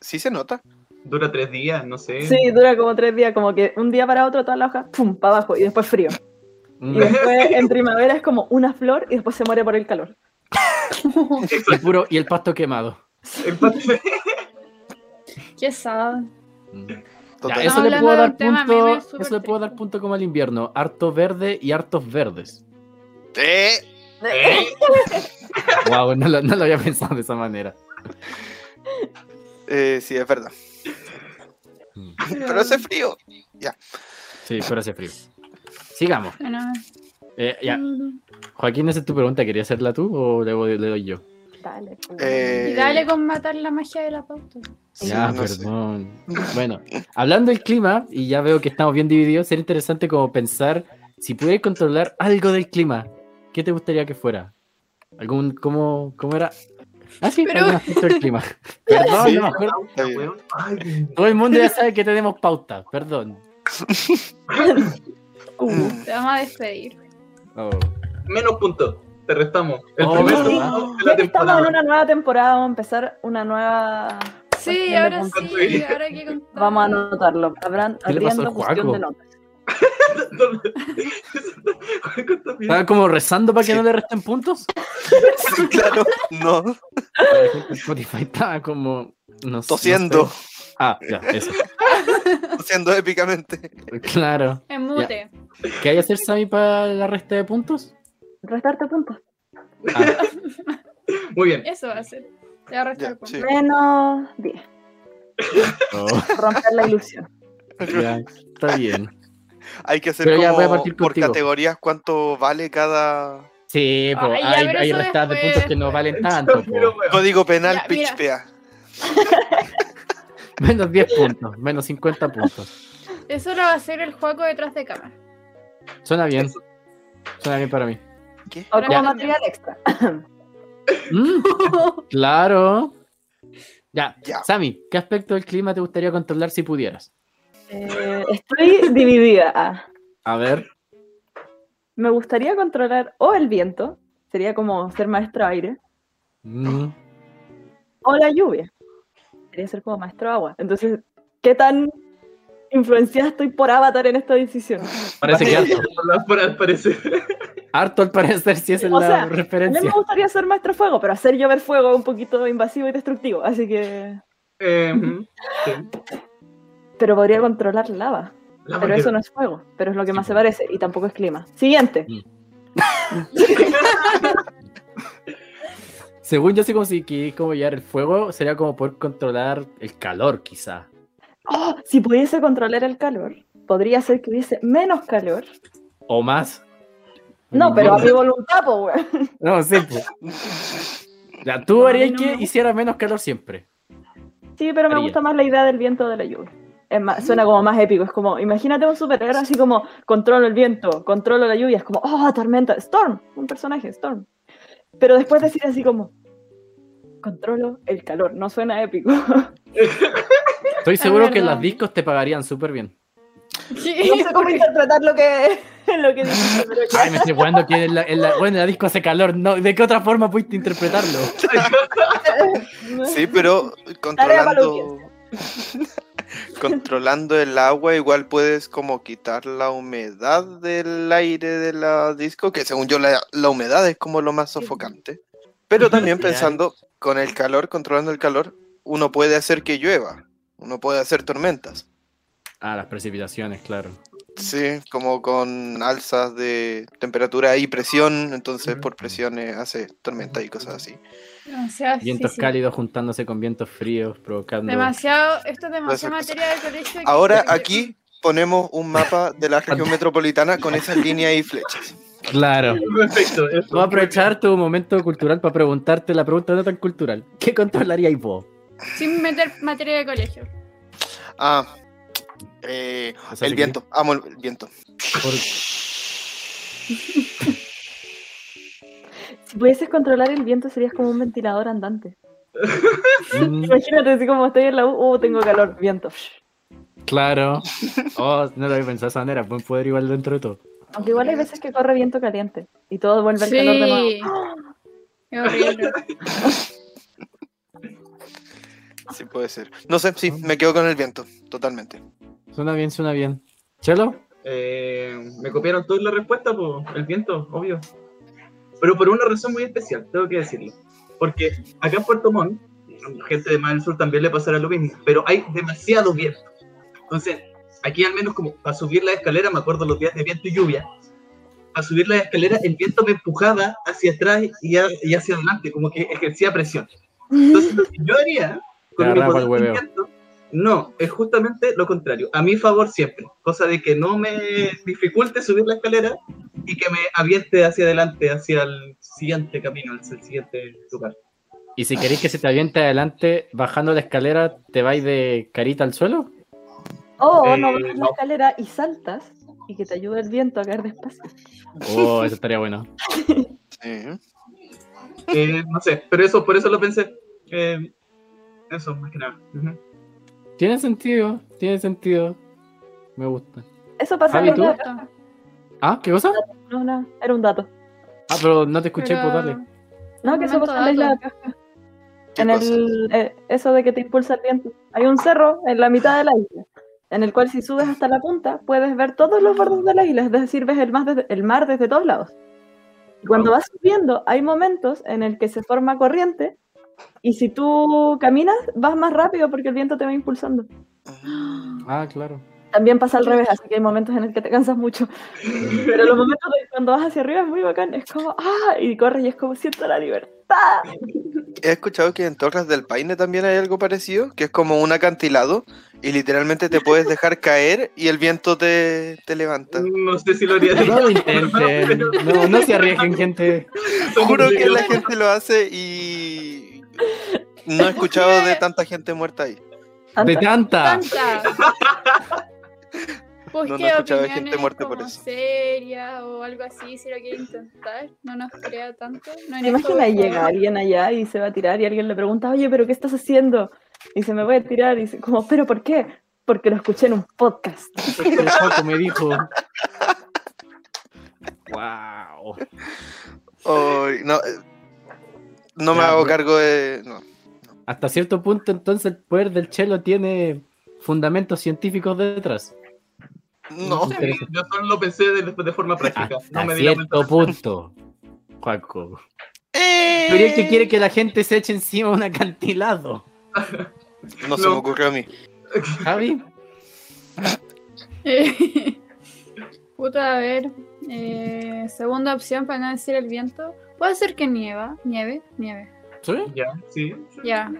Speaker 6: Sí se nota.
Speaker 4: Dura tres días, no sé.
Speaker 3: Sí, dura como tres días, como que un día para otro todas las hojas, pum, para abajo, y después frío. Y
Speaker 1: Mm.
Speaker 3: después en primavera es como una flor y después se muere por el calor.
Speaker 1: Y, puro, y el pasto quemado.
Speaker 4: El pat-
Speaker 5: ¿Qué sabe?
Speaker 1: Mm.
Speaker 6: Total.
Speaker 1: Ya, eso
Speaker 5: Estamos
Speaker 1: le
Speaker 5: hablando
Speaker 1: puedo
Speaker 5: de un
Speaker 1: dar
Speaker 5: tema
Speaker 1: punto,
Speaker 5: meme súper
Speaker 1: eso le puedo dar
Speaker 5: triste.
Speaker 1: punto como al invierno, harto verde y hartos verdes.
Speaker 6: Eh,
Speaker 4: ¿Eh?
Speaker 1: Wow, no lo, no lo había pensado de esa manera.
Speaker 6: eh, sí, es verdad. Pero hace frío.
Speaker 1: Sí, pero hace frío. Sigamos.
Speaker 5: Bueno,
Speaker 1: Eh, ya.
Speaker 5: mm,
Speaker 1: Joaquín, esa es tu pregunta. ¿Querías hacerla tú o le, voy- le doy yo?
Speaker 3: Dale. pues.
Speaker 6: Eh,
Speaker 5: Y dale con matar la magia de la pauta.
Speaker 6: sí,
Speaker 1: ya,
Speaker 6: no sé.
Speaker 1: perdón. Bueno, hablando del clima, y ya veo que estamos bien divididos, sería interesante como pensar si pudieras controlar algo del clima, ¿qué te gustaría que fuera? ¿Algún, cómo, cómo era? Ah, sí,
Speaker 5: Pero-
Speaker 1: algún aspecto del clima. Perdón,
Speaker 6: Sí.
Speaker 1: no me acuerdo.
Speaker 6: Está bien.
Speaker 4: Weón, ay,
Speaker 1: Todo el mundo ya sabe que tenemos pauta, perdón.
Speaker 3: Uh,
Speaker 6: Mm.
Speaker 5: Te vamos a despedir.
Speaker 1: Oh.
Speaker 4: Menos puntos. Te restamos. El
Speaker 1: Oh,
Speaker 4: primer
Speaker 3: sí.
Speaker 4: punto de
Speaker 3: ya
Speaker 4: la
Speaker 3: que estamos en
Speaker 4: temporada.
Speaker 3: una nueva temporada, vamos a empezar una nueva. cuestión
Speaker 5: Sí,
Speaker 3: de
Speaker 5: ahora
Speaker 3: puntos.
Speaker 5: sí, ahora hay que contar.
Speaker 3: Vamos a anotarlo. Habrán
Speaker 1: ¿Qué le pasó
Speaker 3: abriendo
Speaker 1: al
Speaker 3: cuestión
Speaker 1: Juaco?
Speaker 3: de notas.
Speaker 4: Juaco está bien.
Speaker 1: ¿Estaba como rezando para que
Speaker 6: Sí.
Speaker 1: no le resten puntos?
Speaker 6: Sí, claro, no,
Speaker 1: La gente en Spotify estaba como... No, sé- no sé.
Speaker 6: tosiendo,
Speaker 1: Ah, ya, eso.
Speaker 6: tosiendo épicamente.
Speaker 1: Claro.
Speaker 5: En mute.
Speaker 1: ¿Qué hay que hacer, Sammy, para la resta de puntos?
Speaker 3: Restarte puntos.
Speaker 1: Ah.
Speaker 4: Muy bien.
Speaker 5: Eso va a ser. Te va a restar
Speaker 6: Ya,
Speaker 5: punto.
Speaker 6: sí.
Speaker 3: Menos 10.
Speaker 1: Oh,
Speaker 3: Romper la ilusión.
Speaker 1: ya, está bien.
Speaker 6: Hay que hacer
Speaker 1: Pero ya
Speaker 6: como
Speaker 1: voy a partir
Speaker 6: por
Speaker 1: contigo.
Speaker 6: categorías cuánto vale cada
Speaker 1: Sí, po,
Speaker 5: Ay, ya,
Speaker 1: hay,
Speaker 5: pero
Speaker 1: hay
Speaker 5: eso
Speaker 1: restas de
Speaker 5: después.
Speaker 1: puntos que no valen tanto. po.
Speaker 4: Pero, weón,
Speaker 6: código penal
Speaker 5: Ya, mira.
Speaker 6: PitchPA.
Speaker 1: Menos 10 puntos, menos 50 puntos.
Speaker 5: Eso lo va a hacer el juego detrás de cámara.
Speaker 1: Suena bien. Suena bien para mí.
Speaker 6: ¿Qué?
Speaker 3: O como
Speaker 5: Ya.
Speaker 3: material extra.
Speaker 1: Mm, claro. Ya,
Speaker 6: Ya.
Speaker 1: Sammy, ¿qué aspecto del clima te gustaría controlar si pudieras?
Speaker 3: Eh, estoy dividida. Ah,
Speaker 1: A ver.
Speaker 3: Me gustaría controlar o el viento, sería como ser maestro aire,
Speaker 1: Mm,
Speaker 3: o la lluvia. Quería ser como maestro agua. Entonces, ¿qué tan influenciada estoy por Avatar en esta decisión?
Speaker 1: parece que harto,
Speaker 4: hablar para al parecer.
Speaker 1: harto al parecer si es
Speaker 3: O
Speaker 1: la
Speaker 3: sea, A mí me
Speaker 1: referencia.
Speaker 3: gustaría ser maestro fuego, pero hacer llover fuego es un poquito invasivo y destructivo, así que...
Speaker 4: Eh, sí.
Speaker 3: Pero podría controlar lava.
Speaker 4: La
Speaker 3: Pero
Speaker 4: mayor-
Speaker 3: eso no es fuego, pero es lo que más se parece y tampoco es clima. Siguiente.
Speaker 1: Según yo, si conseguí como llevar el fuego, sería como poder controlar el calor, quizá.
Speaker 3: Oh, si pudiese controlar el calor, podría ser que hubiese menos calor.
Speaker 1: O más.
Speaker 3: No, pero a
Speaker 1: Ninguno.
Speaker 3: mi voluntad, pues, weón.
Speaker 1: No, sí. pues. Ya, tú
Speaker 5: A
Speaker 1: harías
Speaker 5: mí no me
Speaker 1: que
Speaker 5: gusta.
Speaker 1: hiciera menos calor siempre.
Speaker 3: Sí, pero me
Speaker 1: Haría.
Speaker 3: gusta más la idea del viento de la lluvia. Es más, suena como más épico. Es como, imagínate un superhéroe así como, controlo el viento, controlo la lluvia. Es como, oh, tormenta, Storm, un personaje, Storm. Pero después decir así como, controlo el calor. No suena épico. No
Speaker 1: Estoy seguro que en
Speaker 5: verdad.
Speaker 1: las discos te pagarían súper bien.
Speaker 5: Sí,
Speaker 3: sé cómo interpretar lo que, lo que dijiste, pero ya.
Speaker 1: Ay, me estoy jugando que en la, en la- bueno, en la disco hace calor. No, ¿De qué otra forma pudiste interpretarlo?
Speaker 6: Sí, pero
Speaker 3: Tarea para la
Speaker 6: controlando controlando el agua igual puedes como quitar la humedad del aire de la disco, que según yo la, la humedad es como lo más sofocante. Pero también pensando con el calor, controlando el calor, uno puede hacer que llueva, uno puede hacer tormentas.
Speaker 1: Ah, las precipitaciones, claro.
Speaker 6: Sí, como con alzas de temperatura y presión, entonces por presiones hace tormentas y cosas así.
Speaker 5: demasiado
Speaker 1: Vientos
Speaker 5: difícil.
Speaker 1: cálidos juntándose con vientos fríos, provocando.
Speaker 5: Demasiado, esto es demasiado
Speaker 6: Entonces,
Speaker 5: materia del colegio. que-
Speaker 6: Ahora
Speaker 5: que-
Speaker 6: aquí ponemos un mapa de la región metropolitana con esas líneas y flechas.
Speaker 1: Claro.
Speaker 4: Perfecto. eso.
Speaker 1: Voy a aprovechar tu momento cultural para preguntarte la pregunta no tan cultural. ¿Qué controlaríais vos?
Speaker 5: Sin meter materia de colegio.
Speaker 6: Ah, eh,
Speaker 1: O sea,
Speaker 6: el
Speaker 1: si
Speaker 6: viento. Amo el viento.
Speaker 1: Por-
Speaker 3: Si pudieses controlar el viento, serías como un ventilador andante.
Speaker 1: Mm,
Speaker 3: Imagínate, así como estoy en la U, oh, tengo calor, viento.
Speaker 1: claro. Oh, no lo había pensado de esa manera. Buen poder igual dentro de todo.
Speaker 3: Aunque igual hay veces que corre viento caliente y todo vuelve al calor de nuevo.
Speaker 5: Sí. Qué horrible.
Speaker 6: Sí puede ser. No sé, sí, me quedo con el viento, totalmente.
Speaker 1: Suena bien, suena bien. ¿Chelo?
Speaker 4: Eh, me copiaron todas la respuesta por el viento, obvio. Pero por una razón muy especial, tengo que decirlo. Porque acá en Puerto Montt, gente de más del sur también le pasará lo mismo, pero hay demasiado viento. Entonces, aquí al menos como para subir la escalera, me acuerdo los días de viento y lluvia, a subir la escalera el viento me empujaba hacia atrás y, a- y hacia adelante, como que ejercía presión. Entonces, lo que yo haría
Speaker 1: Te
Speaker 4: con mi
Speaker 1: agarraba
Speaker 4: poder
Speaker 1: el hueveo.
Speaker 4: del viento, no, es justamente lo contrario, a mi favor siempre, cosa de que no me dificulte subir la escalera y que me aviente hacia adelante, hacia el siguiente camino, hacia el siguiente lugar.
Speaker 1: Y si queréis que se te aviente adelante, bajando la escalera, te vais de carita al suelo.
Speaker 3: O
Speaker 4: Eh,
Speaker 3: Oh, no bajas la
Speaker 4: no.
Speaker 3: escalera y saltas y que te ayude el viento a caer despacio.
Speaker 1: Oh, eso estaría bueno.
Speaker 6: Sí.
Speaker 4: Eh, no sé, pero eso, por eso lo pensé. Eh, eso, más que nada. Ujú.
Speaker 1: Tiene sentido, tiene sentido. Me gusta.
Speaker 3: Eso pasa
Speaker 1: Javi,
Speaker 3: en
Speaker 5: Me
Speaker 3: los
Speaker 1: tú?
Speaker 3: gatos.
Speaker 5: gusta,
Speaker 1: Ah, ¿qué cosa?
Speaker 3: No, no, era un dato.
Speaker 1: Ah, pero no te escuché,
Speaker 5: pero-
Speaker 1: pues dale.
Speaker 3: No, que eso
Speaker 5: Momento
Speaker 3: pasa en la isla de
Speaker 5: dato.
Speaker 3: Pascua.
Speaker 6: ¿Qué
Speaker 3: En el, eh, eso de que te impulsa el viento. Hay un cerro en la mitad de la isla, en el cual si subes hasta la punta puedes ver todos los bordes de la isla, es decir, ves el mar desde, el mar desde todos lados. Y cuando vas subiendo, hay momentos en el que se forma corriente y si tú caminas vas más rápido porque el viento te va impulsando.
Speaker 1: Ah, claro.
Speaker 3: También pasa al revés, así que hay momentos en el que te cansas mucho. Pero los momentos de cuando vas hacia arriba es muy bacán, es como, ah, y corres y es como siento la libertad.
Speaker 6: He escuchado que en Torres del Paine también hay algo parecido, que es como un acantilado y literalmente te puedes dejar caer y el viento te, te levanta.
Speaker 4: No sé si lo haría.
Speaker 1: No lo intenten. No, no se arriesguen, gente.
Speaker 6: Juro que la gente lo hace y no he escuchado de tanta gente muerta ahí.
Speaker 1: De
Speaker 3: Anta.
Speaker 1: tanta.
Speaker 5: Tanta. Busqué
Speaker 6: No, no he escuchado de
Speaker 5: opiniones
Speaker 6: gente muerta por
Speaker 5: como
Speaker 6: eso.
Speaker 5: seria o algo así, si lo quiere intentar, no nos crea tanto. No
Speaker 3: ¿Te
Speaker 5: en
Speaker 3: imaginas
Speaker 5: esto, por favor.
Speaker 3: llega alguien allá y se va a tirar y alguien le pregunta, oye, pero ¿qué estás haciendo? Y se me voy a tirar y dice, como, ¿pero por qué? Porque lo escuché en un podcast. "Oh,
Speaker 1: El Paco me dijo. Wow.
Speaker 6: Ay, no, eh, no me
Speaker 1: Ya,
Speaker 6: hago
Speaker 1: bro.
Speaker 6: cargo de... No.
Speaker 1: Hasta cierto punto, entonces, el poder del chelo tiene fundamentos científicos detrás.
Speaker 6: No.
Speaker 1: Sí.
Speaker 4: Yo solo lo pensé de, de forma práctica. No
Speaker 1: Hasta
Speaker 4: me di la vuelta.
Speaker 1: cierto punto. Juanco. Pero es
Speaker 6: Eh,
Speaker 1: que quiere que la gente se eche encima un acantilado.
Speaker 6: No se me
Speaker 4: No.
Speaker 6: ocurrió a mí.
Speaker 1: Javi,
Speaker 5: Eh, Puta, a ver. eh, segunda opción para no decir el viento. Puede ser que nieva, nieve, nieve.
Speaker 1: ¿sí?
Speaker 4: Ya, sí. sí.
Speaker 5: Ya.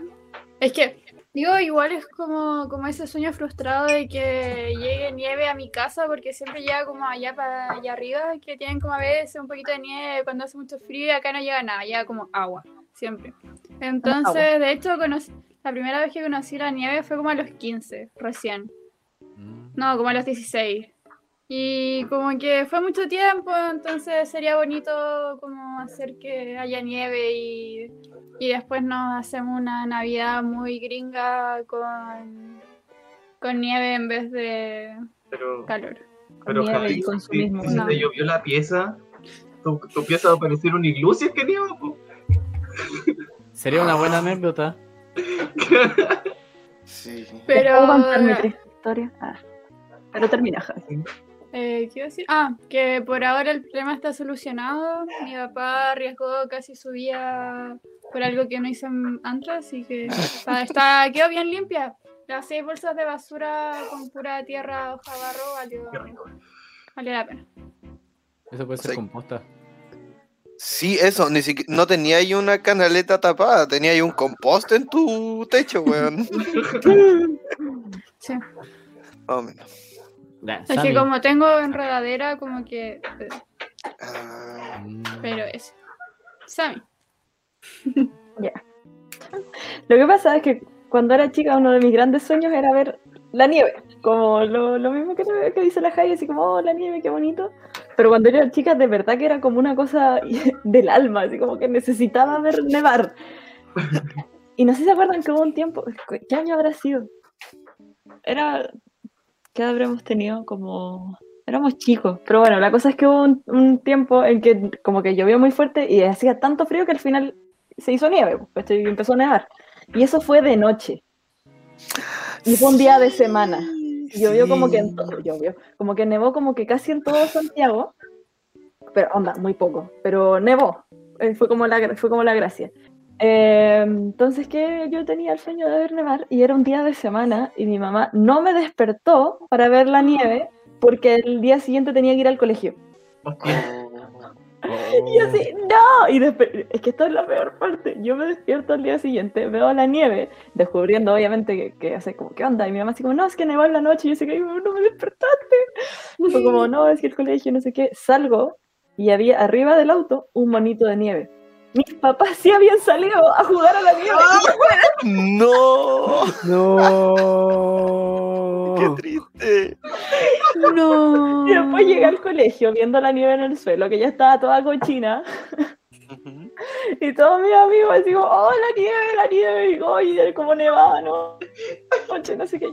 Speaker 5: Es que, digo, igual es como, como ese sueño frustrado de que llegue nieve a mi casa, porque siempre llega como allá para allá arriba, que tienen como a veces un poquito de nieve cuando hace mucho frío y acá no llega nada, llega como agua, siempre. Entonces, de hecho, conocí- la primera vez que conocí la nieve fue como a los 15, recién. No, como a los 16. Y como que fue mucho tiempo, entonces sería bonito como hacer que haya nieve y, y después nos hacemos una Navidad muy gringa con, con nieve en vez de
Speaker 4: Pero,
Speaker 5: calor.
Speaker 4: pero
Speaker 3: Nieve y
Speaker 4: Javi,
Speaker 3: consumismo.
Speaker 4: si, si
Speaker 5: No.
Speaker 4: te llovió la pieza, tu, tu pieza va a parecer un iglú si es que nieva. po.
Speaker 1: Sería una buena anécdota.
Speaker 6: Sí.
Speaker 3: ¿Te
Speaker 5: Pero...
Speaker 3: puedo contar mi triste historia? Ah. Pero termina, Javi.
Speaker 5: Eh, ¿qué iba a decir? Ah, que por ahora el problema está solucionado. Mi papá arriesgó casi su vida por algo que no hizo en- antes, así que está, está- quedó bien limpia. Las seis bolsas de basura con pura tierra, hoja, barro, valió,
Speaker 4: Qué rico.
Speaker 5: valió la pena.
Speaker 1: Eso puede ser
Speaker 6: Sí.
Speaker 1: composta.
Speaker 6: Sí, eso, ni siquiera, no tenía ahí una canaleta tapada, tenía ahí un compost en tu techo, weón.
Speaker 5: Sí.
Speaker 6: Más o menos.
Speaker 1: Ya,
Speaker 5: Es
Speaker 1: Sammy.
Speaker 5: que como tengo enredadera, como que. eh,
Speaker 6: Ah,
Speaker 1: Mm.
Speaker 5: Pero eso. Sammy.
Speaker 3: Lo que pasa es que cuando era chica uno de mis grandes sueños era ver la nieve, como lo, lo mismo que, que dice la Javi, así como, oh, la nieve, qué bonito. Pero cuando era chica de verdad que era como una cosa del alma, así como que necesitaba ver nevar. Y no sé si se acuerdan que hubo un tiempo, ¿qué año habrá sido? Era, ¿qué habremos tenido? Como, éramos chicos, pero bueno, la cosa es que hubo un, un tiempo en que como que llovió muy fuerte y hacía tanto frío que al final se hizo nieve, pues, y empezó a nevar. Y eso fue de noche. Y fue un día de semana. Y Llovió como que en todo, llovió, como que nevó como que casi en todo Santiago, pero onda, muy poco, pero nevó, Eh, fue como la, gra- fue como la gracia. Eh, entonces que yo tenía el sueño de ver nevar y era un día de semana y mi mamá no me despertó para ver la nieve porque el día siguiente tenía que ir al colegio.
Speaker 6: Oh.
Speaker 3: Y yo así, no, y despe- es que esto es la peor parte. Yo me despierto al día siguiente, veo la nieve, descubriendo obviamente que, que hace como, ¿qué onda? Y mi mamá así como, no, es que nevó en la noche, y yo así que, "Ay, mamá, no me despertaste. Fue como, no, es que el colegio, no sé qué. Salgo y había arriba del auto un monito de nieve. Mis papás sí habían salido a jugar a la nieve.
Speaker 1: Oh.
Speaker 6: ¡No!
Speaker 1: No.
Speaker 6: ¡Qué triste!
Speaker 5: No.
Speaker 3: Y después llegué al colegio viendo la nieve en el suelo, que ya estaba toda cochina.
Speaker 6: Ujú.
Speaker 3: Y todos mis amigos así como, oh, la nieve, la nieve, y digo, oye, como nevaba, ¿no? Oye, no sé qué.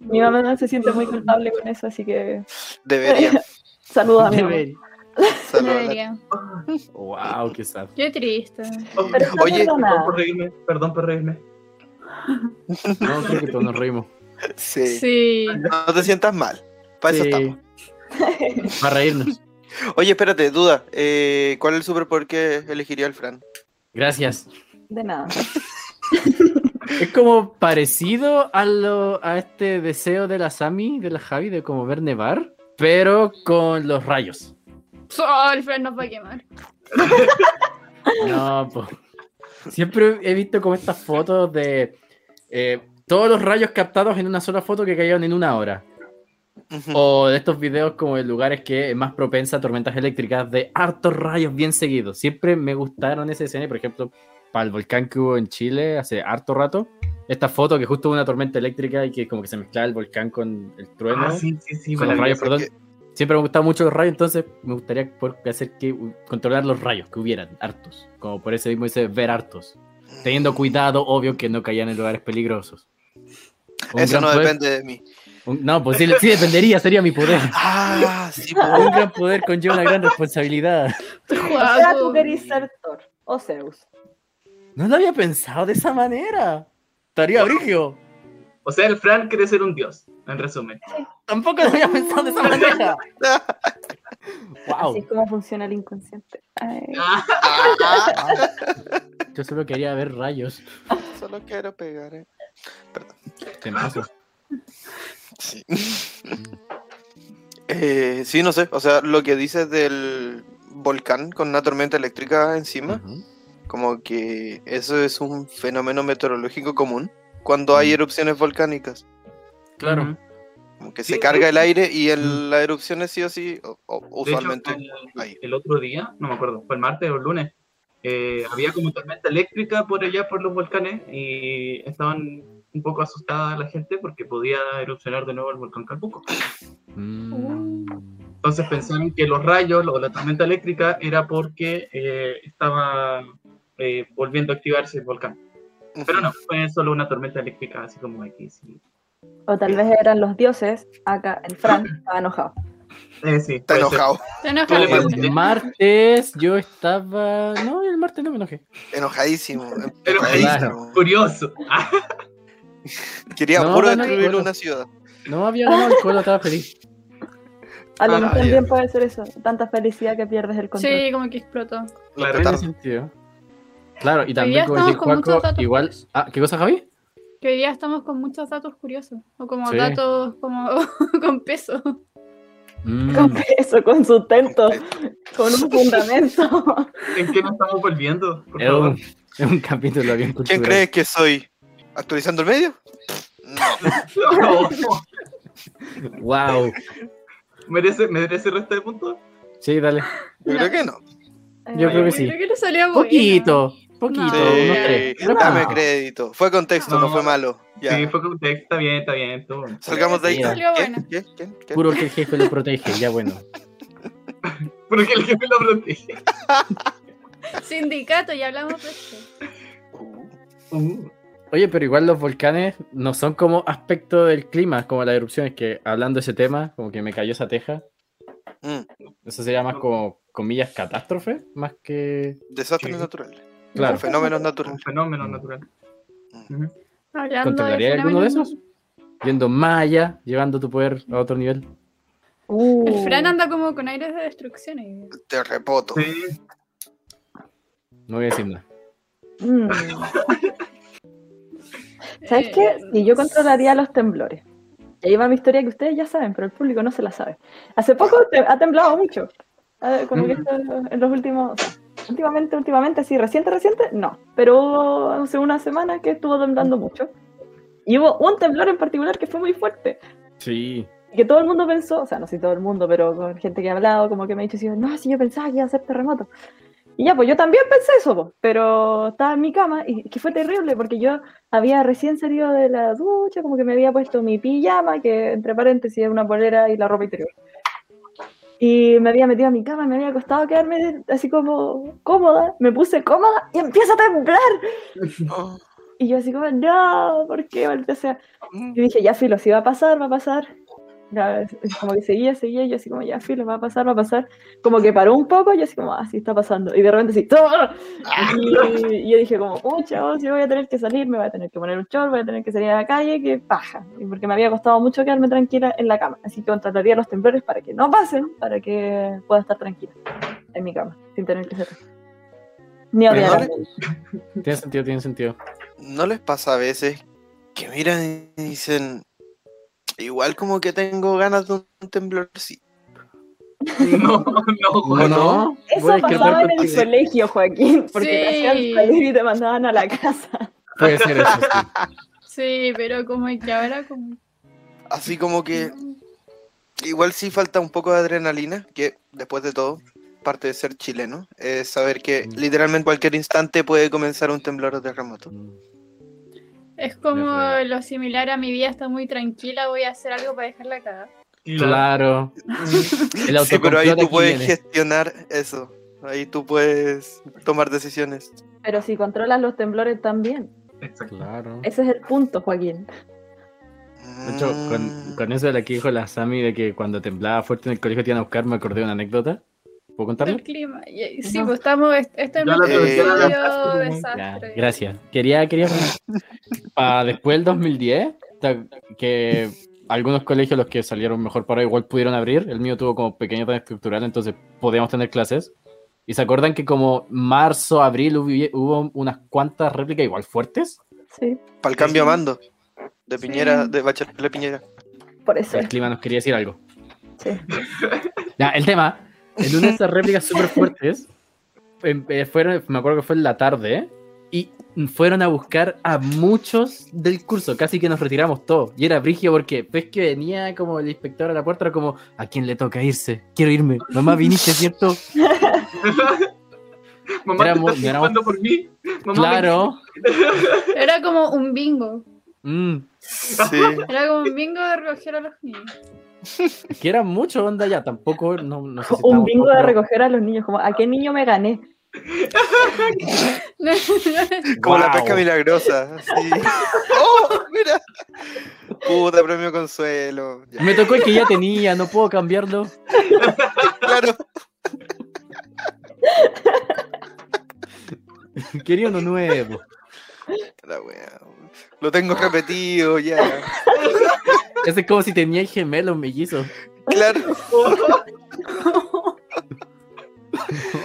Speaker 3: Mi mamá no se siente muy culpable con eso, así que
Speaker 6: Debería.
Speaker 3: saludos a mi mamá.
Speaker 1: Wow,
Speaker 6: Saludarla.
Speaker 5: Debería.
Speaker 4: Ah,
Speaker 1: qué sad.
Speaker 5: Qué triste.
Speaker 3: Pero está
Speaker 6: Oye,
Speaker 4: Perdón
Speaker 3: perdonada.
Speaker 4: por reírme, perdón por reírme.
Speaker 1: No, creo que todos nos reímos.
Speaker 6: Sí.
Speaker 5: Sí.
Speaker 6: No te sientas mal. Para eso
Speaker 1: Sí.
Speaker 6: estamos.
Speaker 1: Para reírnos.
Speaker 6: Oye, espérate, duda. Eh, ¿Cuál es el superpoder que elegiría el Fran?
Speaker 1: Gracias.
Speaker 3: De nada.
Speaker 1: Es como parecido a, lo, a este deseo de la Sami, de la Javi, de como ver nevar, pero con los rayos.
Speaker 5: Oh, el Fran nos va a quemar.
Speaker 1: No, po. Siempre he visto como estas fotos de eh, todos los rayos captados en una sola foto que cayeron en una hora.
Speaker 6: Ujú.
Speaker 1: O de estos videos como de lugares que es más propensa a tormentas eléctricas de hartos rayos bien seguidos. Siempre me gustaron esa escena, y, por ejemplo, para el volcán que hubo en Chile hace harto rato. Esta foto que justo hubo una tormenta eléctrica y que como que se mezclaba el volcán con el trueno.
Speaker 4: Ah, sí, sí, sí.
Speaker 1: con los rayos,
Speaker 4: maravilloso.
Speaker 1: perdón. Siempre me han gustado mucho los rayos, entonces me gustaría poder hacer que controlar los rayos que hubieran, hartos. Como por ese mismo dice, ver hartos. Teniendo cuidado, obvio, que no caían en lugares peligrosos. Un
Speaker 6: Eso
Speaker 1: gran
Speaker 6: no
Speaker 1: poder-
Speaker 6: depende de mí.
Speaker 1: un- no, pues sí, sí dependería, sería mi poder.
Speaker 6: Ah, sí,
Speaker 4: pues.
Speaker 6: po.
Speaker 1: Un gran poder conlleva una gran responsabilidad.
Speaker 3: O sea, tú
Speaker 5: Guapo.
Speaker 3: querís ser Thor o Zeus.
Speaker 1: No lo había pensado de esa manera. Estaría brigio.
Speaker 4: O sea, el Fran quiere ser un dios, en resumen.
Speaker 1: Tampoco lo había pensado de esa manera.
Speaker 3: Así
Speaker 1: Wow.
Speaker 3: es como funciona el inconsciente. Ay.
Speaker 6: Ah,
Speaker 1: Yo solo quería ver rayos.
Speaker 6: Solo quiero pegar. eh.
Speaker 1: Temazo.
Speaker 6: Sí. Eh, sí, no sé. O sea, lo que dices del volcán con una tormenta eléctrica encima,
Speaker 1: Ujú.
Speaker 6: como que eso es un fenómeno meteorológico común cuando hay erupciones volcánicas.
Speaker 1: Claro.
Speaker 6: Como que
Speaker 4: Sí,
Speaker 6: se carga
Speaker 4: sí.
Speaker 6: el aire y en las erupciones sí o sí, o- o-
Speaker 4: De hecho, eh,
Speaker 6: usualmente.
Speaker 4: el,
Speaker 6: ahí.
Speaker 4: el otro día, no me acuerdo, fue el martes o el lunes, eh, había como tormenta eléctrica por allá por los volcanes y estaban un poco asustada la gente porque podía erupcionar de nuevo el volcán Calpuco.
Speaker 1: Mm.
Speaker 4: Entonces pensaron que los rayos o la tormenta eléctrica era porque eh, estaba eh, volviendo a activarse el volcán. Pero no, fue solo una tormenta eléctrica, así como aquí. Sí,
Speaker 3: O tal vez eran los dioses. Acá el Fran estaba enojado.
Speaker 4: Eh, sí,
Speaker 6: Está
Speaker 4: puede ser.
Speaker 6: enojado.
Speaker 5: Te enojas,
Speaker 4: Dale,
Speaker 5: Fran.
Speaker 4: Martín.
Speaker 1: El martes yo estaba. No, el martes no me enojé.
Speaker 6: Enojadísimo.
Speaker 1: Enojadísimo.
Speaker 6: Enojadísimo.
Speaker 4: Curioso. Ah,
Speaker 6: Quería
Speaker 1: No,
Speaker 6: puro
Speaker 1: no, no,
Speaker 6: destruir
Speaker 1: no.
Speaker 6: una ciudad.
Speaker 1: No había ganado alcohol, estaba feliz.
Speaker 3: A lo
Speaker 4: Ah,
Speaker 3: mejor
Speaker 6: ya.
Speaker 3: bien puede ser eso. Tanta felicidad que pierdes el control.
Speaker 5: Sí, como que explotó.
Speaker 4: Claro.
Speaker 6: Lo
Speaker 1: Tiene
Speaker 6: petaron.
Speaker 1: sentido. Claro, y
Speaker 5: día
Speaker 1: también como
Speaker 5: estamos
Speaker 1: decía
Speaker 5: con muchos
Speaker 1: Juaco,
Speaker 5: datos
Speaker 1: igual.
Speaker 5: curiosos.
Speaker 1: Ah, ¿qué cosa, Javi?
Speaker 5: Que hoy día estamos con muchos datos curiosos. O como
Speaker 1: Sí.
Speaker 5: datos como con peso.
Speaker 1: Mm.
Speaker 3: Con peso, con sustento, con un fundamento.
Speaker 4: ¿En qué nos estamos volviendo? Por
Speaker 1: Es
Speaker 4: favor.
Speaker 1: un, es un capítulo bien
Speaker 6: ¿Quién
Speaker 1: cultural.
Speaker 6: crees que soy? ¿Actualizando el medio? No.
Speaker 4: No,
Speaker 1: Wow.
Speaker 4: ¿Merece, ¿Merece resta de puntos?
Speaker 1: Sí, dale.
Speaker 6: Yo creo que no.
Speaker 1: Yo creo
Speaker 3: Eh,
Speaker 1: que
Speaker 5: Yo
Speaker 1: sí.
Speaker 5: creo que no salió bueno.
Speaker 1: Poquito, poquito.
Speaker 5: No,
Speaker 1: unos
Speaker 5: no
Speaker 6: Sí,
Speaker 1: tres. Pero
Speaker 6: dame
Speaker 1: poquito.
Speaker 6: crédito. Fue contexto, no,
Speaker 4: No.
Speaker 6: fue malo. Ya.
Speaker 4: Sí, fue con texto, está bien, está bien. estuvo bien.
Speaker 6: Salgamos de ahí.
Speaker 1: Mira.
Speaker 5: Salió
Speaker 6: ¿Qué?
Speaker 5: buena.
Speaker 6: ¿Qué? ¿Qué? ¿Qué?
Speaker 1: Puro que el jefe lo protege, ya bueno.
Speaker 4: Pero que el jefe lo protege.
Speaker 5: Sindicato, ya hablamos de esto.
Speaker 6: Uh,
Speaker 4: Uh,
Speaker 1: Oye, pero igual los volcanes no son como aspecto del clima, como las erupciones, que hablando de ese tema, como que me cayó esa teja.
Speaker 6: mm,
Speaker 1: Eso sería más como, comillas, catástrofe, más que...
Speaker 6: Desastres
Speaker 4: Sí.
Speaker 6: naturales.
Speaker 1: Claro.
Speaker 6: Fenómenos
Speaker 4: un
Speaker 6: naturales.
Speaker 4: fenómeno natural. Ujú.
Speaker 5: Hablando
Speaker 1: ¿Controlaría
Speaker 5: de
Speaker 1: alguno de
Speaker 5: fenómenos-
Speaker 1: esos? Yendo maya, llevando tu poder a otro nivel.
Speaker 3: Uh.
Speaker 1: Uh.
Speaker 5: eh, El Fran anda como con aires de destrucción. ahí.
Speaker 6: Terremoto.
Speaker 4: Sí.
Speaker 1: No voy a decir nada.
Speaker 3: Mm. ¿Sabes
Speaker 5: Eh,
Speaker 3: qué? Sí, yo controlaría los temblores. Y ahí va mi historia que ustedes ya saben, pero el público no se la sabe. Hace poco te- ha temblado mucho. Ah, Como que esto- en los últimos. o sea, últimamente, últimamente, así, reciente, reciente, no. Pero hubo hace una semana que estuvo temblando mucho. Y hubo un temblor en particular que fue muy fuerte.
Speaker 1: Sí.
Speaker 3: Y que todo el mundo pensó, o sea, no sé si todo el mundo, pero con gente que ha hablado, como que me ha dicho, así, no, si yo pensaba que iba a ser terremoto. Y ya, pues yo también pensé eso, po, pero estaba en mi cama y que fue terrible porque yo había recién salido de la ducha, como que me había puesto mi pijama, que entre paréntesis es una polera y la ropa interior. Y me había metido a mi cama, y me había costado quedarme así como cómoda, me puse cómoda y empieza a temblar.
Speaker 6: Oh,
Speaker 3: Y yo así como, no, ¿por qué? O sea,
Speaker 6: mm.
Speaker 3: y dije, ya filo, si va a pasar, va a pasar. Ya, Como que seguía, seguía, y yo así como, ya filo, va a pasar, va a pasar. Como que paró un poco, y yo así como, ah, sí está pasando. Y de repente así, ¡ah! Y, y yo dije como, pucha, oh, yo voy a tener que salir, me voy a tener que poner un short, voy a tener que salir a la calle, que paja. Y porque me había costado mucho quedarme tranquila en la cama. Así que contrataría los temblores para que no pasen, para que pueda estar tranquila en mi cama, sin tener que salir. Ni
Speaker 6: Pero
Speaker 3: odiar.
Speaker 6: no
Speaker 3: a
Speaker 6: le-
Speaker 3: nadie.
Speaker 1: Tiene sentido, tiene sentido.
Speaker 6: ¿No les pasa a veces que miran y dicen, igual como que tengo ganas de un temblorcito?
Speaker 4: No, no, Juan.
Speaker 1: no.
Speaker 3: Eso
Speaker 1: voy a discrepar
Speaker 3: pasaba en el
Speaker 1: contigo.
Speaker 3: colegio, Joaquín, porque te
Speaker 5: Sí.
Speaker 3: hacían salir y te mandaban a la casa.
Speaker 1: Puede ser eso, sí.
Speaker 5: Sí, pero como que ahora como...
Speaker 6: Así como que igual sí falta un poco de adrenalina, que después de todo, parte de ser chileno, es saber que
Speaker 1: Mm.
Speaker 6: literalmente cualquier instante puede comenzar un temblor o terremoto.
Speaker 5: Es como
Speaker 1: Es real.
Speaker 5: lo similar a mi vida está muy tranquila, voy a hacer algo para dejarla cagada.
Speaker 1: Claro.
Speaker 4: Claro.
Speaker 1: El
Speaker 6: Sí, pero
Speaker 1: autocomplot
Speaker 6: ahí tú
Speaker 1: aquí
Speaker 6: puedes
Speaker 1: viene.
Speaker 6: gestionar eso. Ahí tú puedes tomar decisiones.
Speaker 3: Pero si controlas los temblores también.
Speaker 4: Exacto.
Speaker 1: Claro.
Speaker 3: Ese es el punto, Joaquín.
Speaker 1: De hecho, con,
Speaker 6: Mm.
Speaker 1: con eso de la que dijo la Sami de que cuando temblaba fuerte en el colegio te iban a buscar, me acordé de una anécdota. ¿Puedo
Speaker 5: El
Speaker 1: contarla?
Speaker 5: clima. y- Sí,
Speaker 3: Ajá.
Speaker 5: pues estamos... est- Este es
Speaker 4: Ya la
Speaker 5: nuestro
Speaker 6: atención a la
Speaker 5: episodio
Speaker 4: casa,
Speaker 1: Ya,
Speaker 5: desastre.
Speaker 1: gracias. Quería, quería. Para después del 2010, ta- que algunos colegios, los que salieron mejor para igual pudieron abrir. El mío tuvo como pequeño tan estructural, entonces podíamos tener clases. ¿Y se acuerdan que como marzo, abril hubi- hubo unas cuantas réplicas igual fuertes?
Speaker 3: Sí,
Speaker 6: Para el
Speaker 1: este
Speaker 6: cambio a mando de
Speaker 5: Sí.
Speaker 6: Piñera, de Bachelet Piñera.
Speaker 3: por eso.
Speaker 1: El clima nos quería decir algo.
Speaker 3: Sí.
Speaker 1: Ya, el tema, en una de esas réplicas súper fuertes, em, eh, fueron, me acuerdo que fue en la tarde, y fueron a buscar a muchos del curso, casi que nos retiramos todos. Y era brigio porque ves que venía como el inspector a la puerta, era como, ¿a quién le toca irse? Quiero irme. Mamá, viniste, ¿cierto?
Speaker 4: Mamá, ¿te
Speaker 1: Éramos-
Speaker 4: estás
Speaker 1: éramos-
Speaker 4: preocupando por mí? Mamá,
Speaker 1: Claro.
Speaker 5: Era como un bingo.
Speaker 1: Mm,
Speaker 6: Sí.
Speaker 5: Era como un bingo de recoger a los niños.
Speaker 1: es que era mucho onda ya, tampoco, no, no sé si
Speaker 3: Un
Speaker 1: estábamos
Speaker 3: bingo
Speaker 1: todos,
Speaker 3: de
Speaker 1: pero-
Speaker 3: recoger a los niños, como, ¿a qué niño me gané?
Speaker 6: Como la
Speaker 1: Guau.
Speaker 6: pesca milagrosa. sí. ¡Oh! Mira. Puta, premio consuelo. Ya,
Speaker 1: Me tocó el que ya tenía, no puedo cambiarlo.
Speaker 6: claro.
Speaker 1: Quería uno nuevo.
Speaker 6: La wea. Lo tengo repetido ya.
Speaker 1: Ese es como si tenía gemelos mellizos.
Speaker 6: Claro.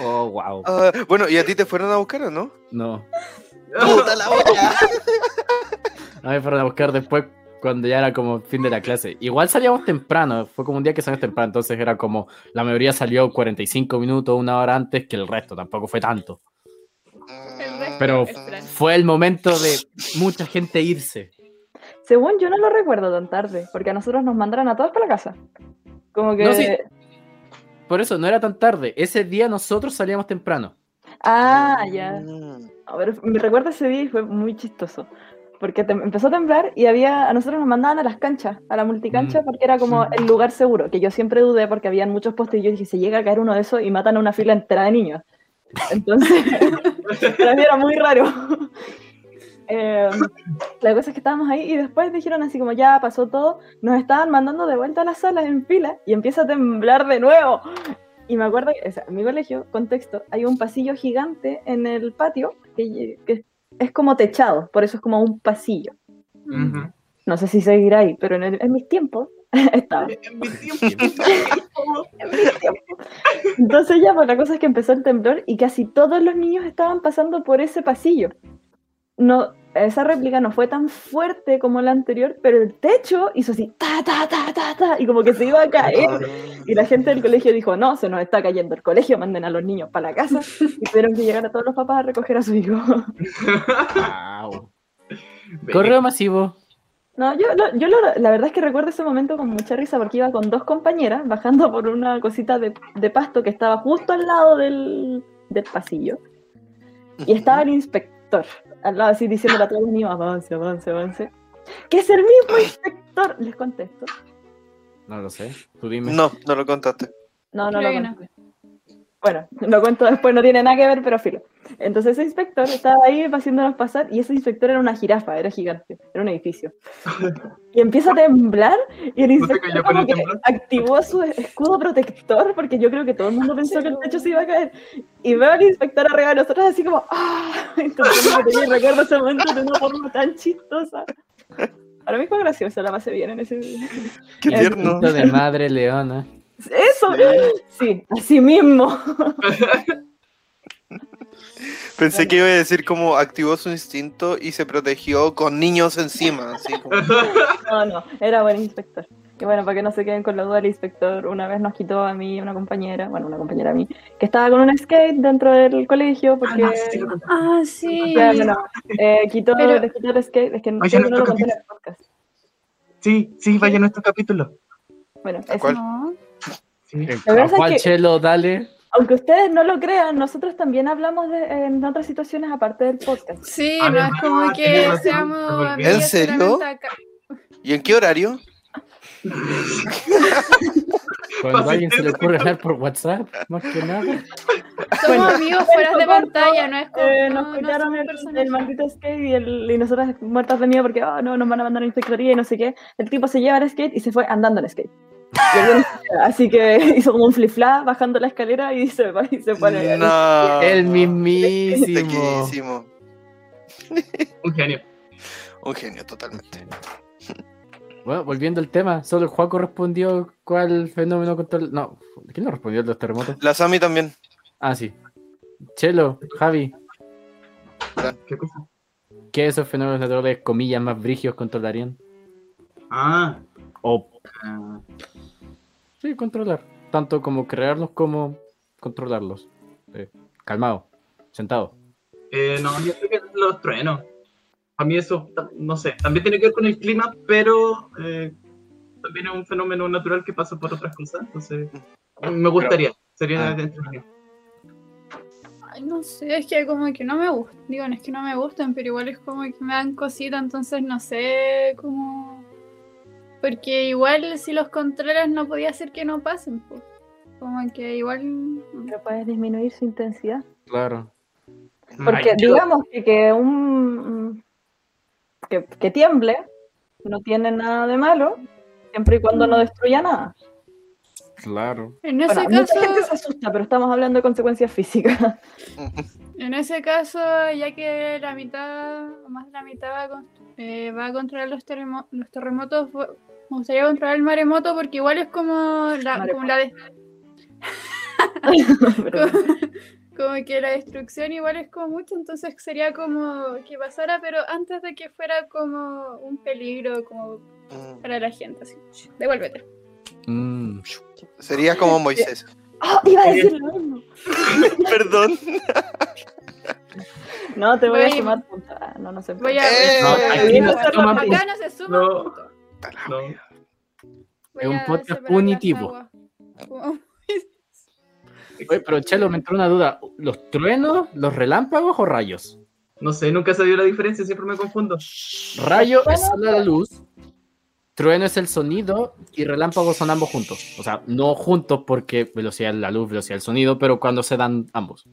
Speaker 1: Oh, wow.
Speaker 6: Ah, bueno, ¿y a ti te fueron a buscar o no?
Speaker 1: No.
Speaker 6: Puta la wea.
Speaker 1: A mí me fueron a buscar después cuando ya era como fin de la clase. Igual salíamos temprano, fue como un día que salimos temprano, entonces era como la mayoría salió 45 minutos, una hora antes que el resto, tampoco fue tanto.
Speaker 5: El
Speaker 6: Mm.
Speaker 5: resto
Speaker 1: Pero-
Speaker 5: es plan.
Speaker 1: Fue el momento de mucha gente irse.
Speaker 3: Según yo no lo recuerdo tan tarde, porque a nosotros nos mandaron a todos para la casa. Como que...
Speaker 1: No, sí. Por eso no era tan tarde, ese día nosotros salíamos temprano.
Speaker 3: Ah, ya.
Speaker 6: Mm.
Speaker 3: A ver, me recuerdo ese día y fue muy chistoso. Porque tem- empezó a temblar y había, a nosotros nos mandaban a las canchas, a la multicancha,
Speaker 1: Mm.
Speaker 3: porque era como el lugar seguro, que yo siempre dudé porque habían muchos postes y yo dije, si llega a caer uno de esos y matan a una fila entera de niños. Entonces, para mí era muy raro. Eh, la cosa es que estábamos ahí y después dijeron así como ya pasó todo, nos estaban mandando de vuelta a las salas en fila y empieza a temblar de nuevo. Y me acuerdo que, o sea, en mi colegio, contexto, hay un pasillo gigante en el patio que, que es como techado, por eso es como un pasillo.
Speaker 4: Ujú.
Speaker 3: No sé si seguirá ahí, pero en, el- en mis tiempos Estaba.
Speaker 4: En mi tiempo, en mi tiempo.
Speaker 3: Entonces ya, pues la cosa es que empezó el temblor y casi todos los niños estaban pasando por ese pasillo. No, esa réplica no fue tan fuerte como la anterior, pero el techo hizo así, ta, ta, ta, ta, ta, y como que se iba a
Speaker 6: Ah.
Speaker 3: caer. Y la gente del colegio dijo, no, se nos está cayendo el colegio, manden a los niños para la casa. Y tuvieron que llegar a todos los papás a recoger a su hijo.
Speaker 1: Wow. Correo masivo.
Speaker 3: No, yo, lo- yo lo- la verdad es que recuerdo ese momento con mucha risa porque iba con dos compañeras bajando por una cosita de, de pasto que estaba justo al lado del, del pasillo. Y estaba el inspector al lado así diciéndole a todos los niños, avance, avance, avance. Que es el mismo inspector, les contesto.
Speaker 1: No lo sé. Tú dime.
Speaker 6: No, no lo contaste.
Speaker 3: No, no
Speaker 5: Creo
Speaker 3: lo
Speaker 5: que
Speaker 3: cuento. Bueno, lo cuento después, no tiene nada que ver, pero filo. Entonces ese inspector estaba ahí haciéndonos pasar y ese inspector era una jirafa, era gigante, era un edificio. Y empieza a temblar y el
Speaker 4: ¿No te cayó
Speaker 3: inspector
Speaker 4: con
Speaker 3: como
Speaker 4: el
Speaker 3: que
Speaker 4: temblor?
Speaker 3: activó su escudo protector porque yo creo que todo el mundo pensó que el techo se iba a caer. Y veo al inspector arriba de nosotros así como ¡ah! Entonces como que yo recuerdo ese momento de una forma tan chistosa. Para mí fue gracioso, la pasé bien en ese
Speaker 6: Qué
Speaker 1: Eh,
Speaker 3: Ya,
Speaker 6: tierno.
Speaker 1: Esto de madre leona.
Speaker 3: ¡Eso! Sí, así mismo.
Speaker 6: Pensé que iba a decir como activó su instinto y se protegió con niños encima. así como-
Speaker 3: No, no, era buen inspector. Y bueno, para que no se queden con la duda, el inspector una vez nos quitó a mí y a una compañera, bueno, una compañera a mí, que estaba con un skate dentro del colegio
Speaker 4: Ah,
Speaker 3: porque...
Speaker 4: no, sí, sí lo conté.
Speaker 5: Ah, sí.
Speaker 3: Claro, no, no. Eh, quitó,
Speaker 5: Pero-
Speaker 3: les quitó el skate, es que
Speaker 4: Oye,
Speaker 3: creo que no lo
Speaker 4: nuestro
Speaker 3: conté en el podcast.
Speaker 4: sí, sí, vaya nuestro capítulo.
Speaker 3: Bueno,
Speaker 6: ¿A
Speaker 3: eso.
Speaker 6: cuál?
Speaker 5: No.
Speaker 4: Sí.
Speaker 3: La
Speaker 1: ¿A
Speaker 3: verdad es
Speaker 1: cuál
Speaker 3: que-
Speaker 1: chelo dale?
Speaker 3: aunque ustedes no lo crean, nosotros también hablamos de, en otras situaciones aparte del podcast.
Speaker 5: Sí,
Speaker 4: Ah,
Speaker 5: no es
Speaker 4: verdad,
Speaker 5: como
Speaker 4: tenés
Speaker 5: que
Speaker 4: razón,
Speaker 5: seamos
Speaker 4: me olvidé.
Speaker 5: amigas
Speaker 6: ¿En serio?
Speaker 5: solamente acá.
Speaker 6: ¿Y en qué horario?
Speaker 1: Cuando a alguien se le ocurre hablar por WhatsApp, más que nada.
Speaker 5: Somos
Speaker 3: Bueno.
Speaker 5: amigos fuera de
Speaker 3: Pero, ¿cómo?
Speaker 5: pantalla, no es como.
Speaker 3: Eh,
Speaker 5: no,
Speaker 3: nos
Speaker 5: no
Speaker 3: quitaron
Speaker 5: somos
Speaker 3: el- el,
Speaker 5: personajes.
Speaker 3: maldito skate y, el, y nosotras muertas de miedo porque "Ah, no, nos van a mandar a la inspectoría y no sé qué. El tipo se lleva el skate y se fue andando en skate. Y el viejo- Así que hizo como un flip-flap bajando la escalera y se, va- y se pone.
Speaker 6: No.
Speaker 1: El
Speaker 6: Este
Speaker 1: mismísimo.
Speaker 6: Tequísimo.
Speaker 4: Un genio.
Speaker 6: Un genio, totalmente.
Speaker 1: Bueno, volviendo al tema, solo el Juaco respondió cuál fenómeno control. No, ¿quién no respondió el de los terremotos?
Speaker 6: La Sami también.
Speaker 1: Ah, sí. Chelo, Javi,
Speaker 4: ¿Qué cosa?
Speaker 1: ¿qué esos fenómenos naturales, comillas, más brígidos controlarían?
Speaker 4: Ah,
Speaker 1: O,
Speaker 4: ah,
Speaker 1: sí, controlar. Tanto como crearlos como controlarlos. Eh, calmado, sentado.
Speaker 4: eh, no, yo creo que los truenos. A mí eso, ta- no sé, también tiene que ver con el clima, pero eh, también es un fenómeno natural que pasa por otras cosas, entonces me gustaría, sería
Speaker 1: Mm, Ah.
Speaker 4: de entretenido.
Speaker 5: Ay, no sé, es que como que no me gustan. Digo, no es que no me gustan, pero igual es como que me dan cosita, entonces no sé cómo. Porque igual si los controlas no podía hacer que no pasen, po. Como que igual.
Speaker 3: Pero puedes disminuir su intensidad.
Speaker 1: Claro.
Speaker 3: Porque
Speaker 1: Ay, yo-
Speaker 3: digamos que, que un que, que tiemble no tiene nada de malo, siempre y cuando no destruya nada.
Speaker 1: Claro.
Speaker 5: Mm. En ese
Speaker 3: Bueno, mucha gente
Speaker 5: caso.
Speaker 3: se asusta, pero estamos hablando de consecuencias físicas.
Speaker 5: En ese caso, ya que la mitad, o más de la mitad va a, con- eh, va a controlar los, terremo- los terremotos, vo- me gustaría controlar el maremoto porque igual es como la, como la, de-
Speaker 3: Pero-
Speaker 5: como que la destrucción igual es como mucho, entonces sería como que pasara, pero antes de que fuera como un peligro como
Speaker 6: Mm.
Speaker 5: para la gente. Así, devuélvete.
Speaker 1: Mm.
Speaker 6: Sería como Moisés.
Speaker 3: ¡Ah! iba a decir lo mismo.
Speaker 6: Perdón.
Speaker 3: No, te voy a
Speaker 5: Voy a-
Speaker 3: sumar puntos. Ah, no, no sé.
Speaker 5: Voy a...
Speaker 6: Eh,
Speaker 1: No, aquí no se toma
Speaker 5: acá no se suma
Speaker 4: No.
Speaker 5: punto.
Speaker 4: No,
Speaker 5: Voy
Speaker 1: Es un
Speaker 5: a
Speaker 1: podcast
Speaker 5: separar Oh, las
Speaker 1: punitivo.
Speaker 5: aguas. Como-
Speaker 1: Oye, pero Chelo, me entró una duda. ¿Los truenos, los relámpagos o rayos?
Speaker 4: no sé, nunca he sabido la diferencia, siempre me confundo.
Speaker 1: Rayo es solo la luz, trueno es el sonido y relámpagos son ambos juntos. O sea, no juntos porque velocidad es la luz, velocidad es el sonido, pero cuando se dan ambos.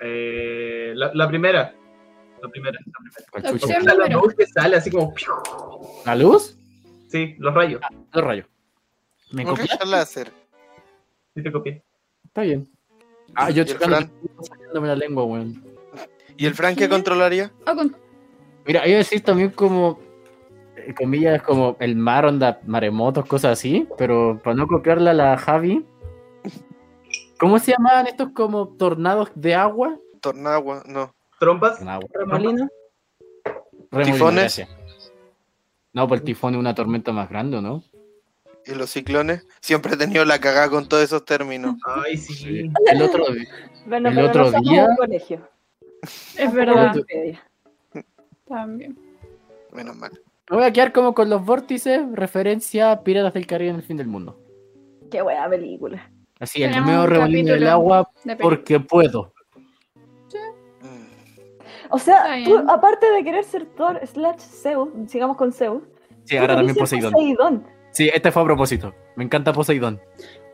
Speaker 4: Eh, la, la primera, la primera, la primera.
Speaker 1: ¿Cuál
Speaker 5: La
Speaker 1: chucha?
Speaker 5: opción-
Speaker 4: La, la
Speaker 5: Primero.
Speaker 4: luz que sale así como, ¡piu!
Speaker 1: ¿La luz?
Speaker 4: sí, los rayos,
Speaker 1: Los rayos. ¿Me
Speaker 6: Un
Speaker 1: copias?
Speaker 6: rayo láser.
Speaker 4: sí te copié.
Speaker 1: Está bien. Ah, yo
Speaker 6: ¿Y el
Speaker 1: chocando
Speaker 6: Fran?
Speaker 1: sacándome la lengua, weón.
Speaker 6: ¿Y el Frank qué controlaría?
Speaker 5: Ah, con-
Speaker 1: Mira, iba a decir también como eh, comillas, como el mar, onda, maremotos, cosas así, pero para no copiarla a la Javi, ¿cómo se llamaban estos como tornados de agua?
Speaker 6: Tornagua, no.
Speaker 4: Trompas.
Speaker 1: Tornado de agua.
Speaker 3: Molino.
Speaker 1: Remolino,
Speaker 6: ¿Tifones?
Speaker 1: gracias. No, pues el tifón es una tormenta más grande, ¿o ¿no?
Speaker 6: Y los ciclones. Siempre he tenido la cagada con todos esos términos.
Speaker 4: Ay, sí.
Speaker 1: El otro,
Speaker 3: Bueno,
Speaker 1: El
Speaker 3: pero
Speaker 1: otro
Speaker 3: no somos
Speaker 1: día-
Speaker 3: un colegio.
Speaker 5: Es
Speaker 1: Pero
Speaker 5: verdad,
Speaker 1: tú-
Speaker 5: también.
Speaker 6: Menos mal.
Speaker 1: Me voy a quedar como con los vórtices, referencia a Piratas del Caribe en el fin del mundo.
Speaker 3: Qué buena película.
Speaker 1: Así, el
Speaker 5: Tenemos
Speaker 1: medio
Speaker 5: un
Speaker 1: remolino del
Speaker 5: capítulo.
Speaker 1: agua
Speaker 5: de peli.
Speaker 1: porque puedo.
Speaker 6: Mm.
Speaker 3: O
Speaker 5: Está
Speaker 3: sea,
Speaker 5: bien.
Speaker 3: tú, aparte de querer ser Thor slash Zeus, sigamos con Zeus.
Speaker 1: Sí, ahora
Speaker 3: tú
Speaker 1: también
Speaker 3: querías ser
Speaker 1: Poseidón.
Speaker 3: Poseidón.
Speaker 1: Sí, este fue a propósito. Me encanta Poseidón.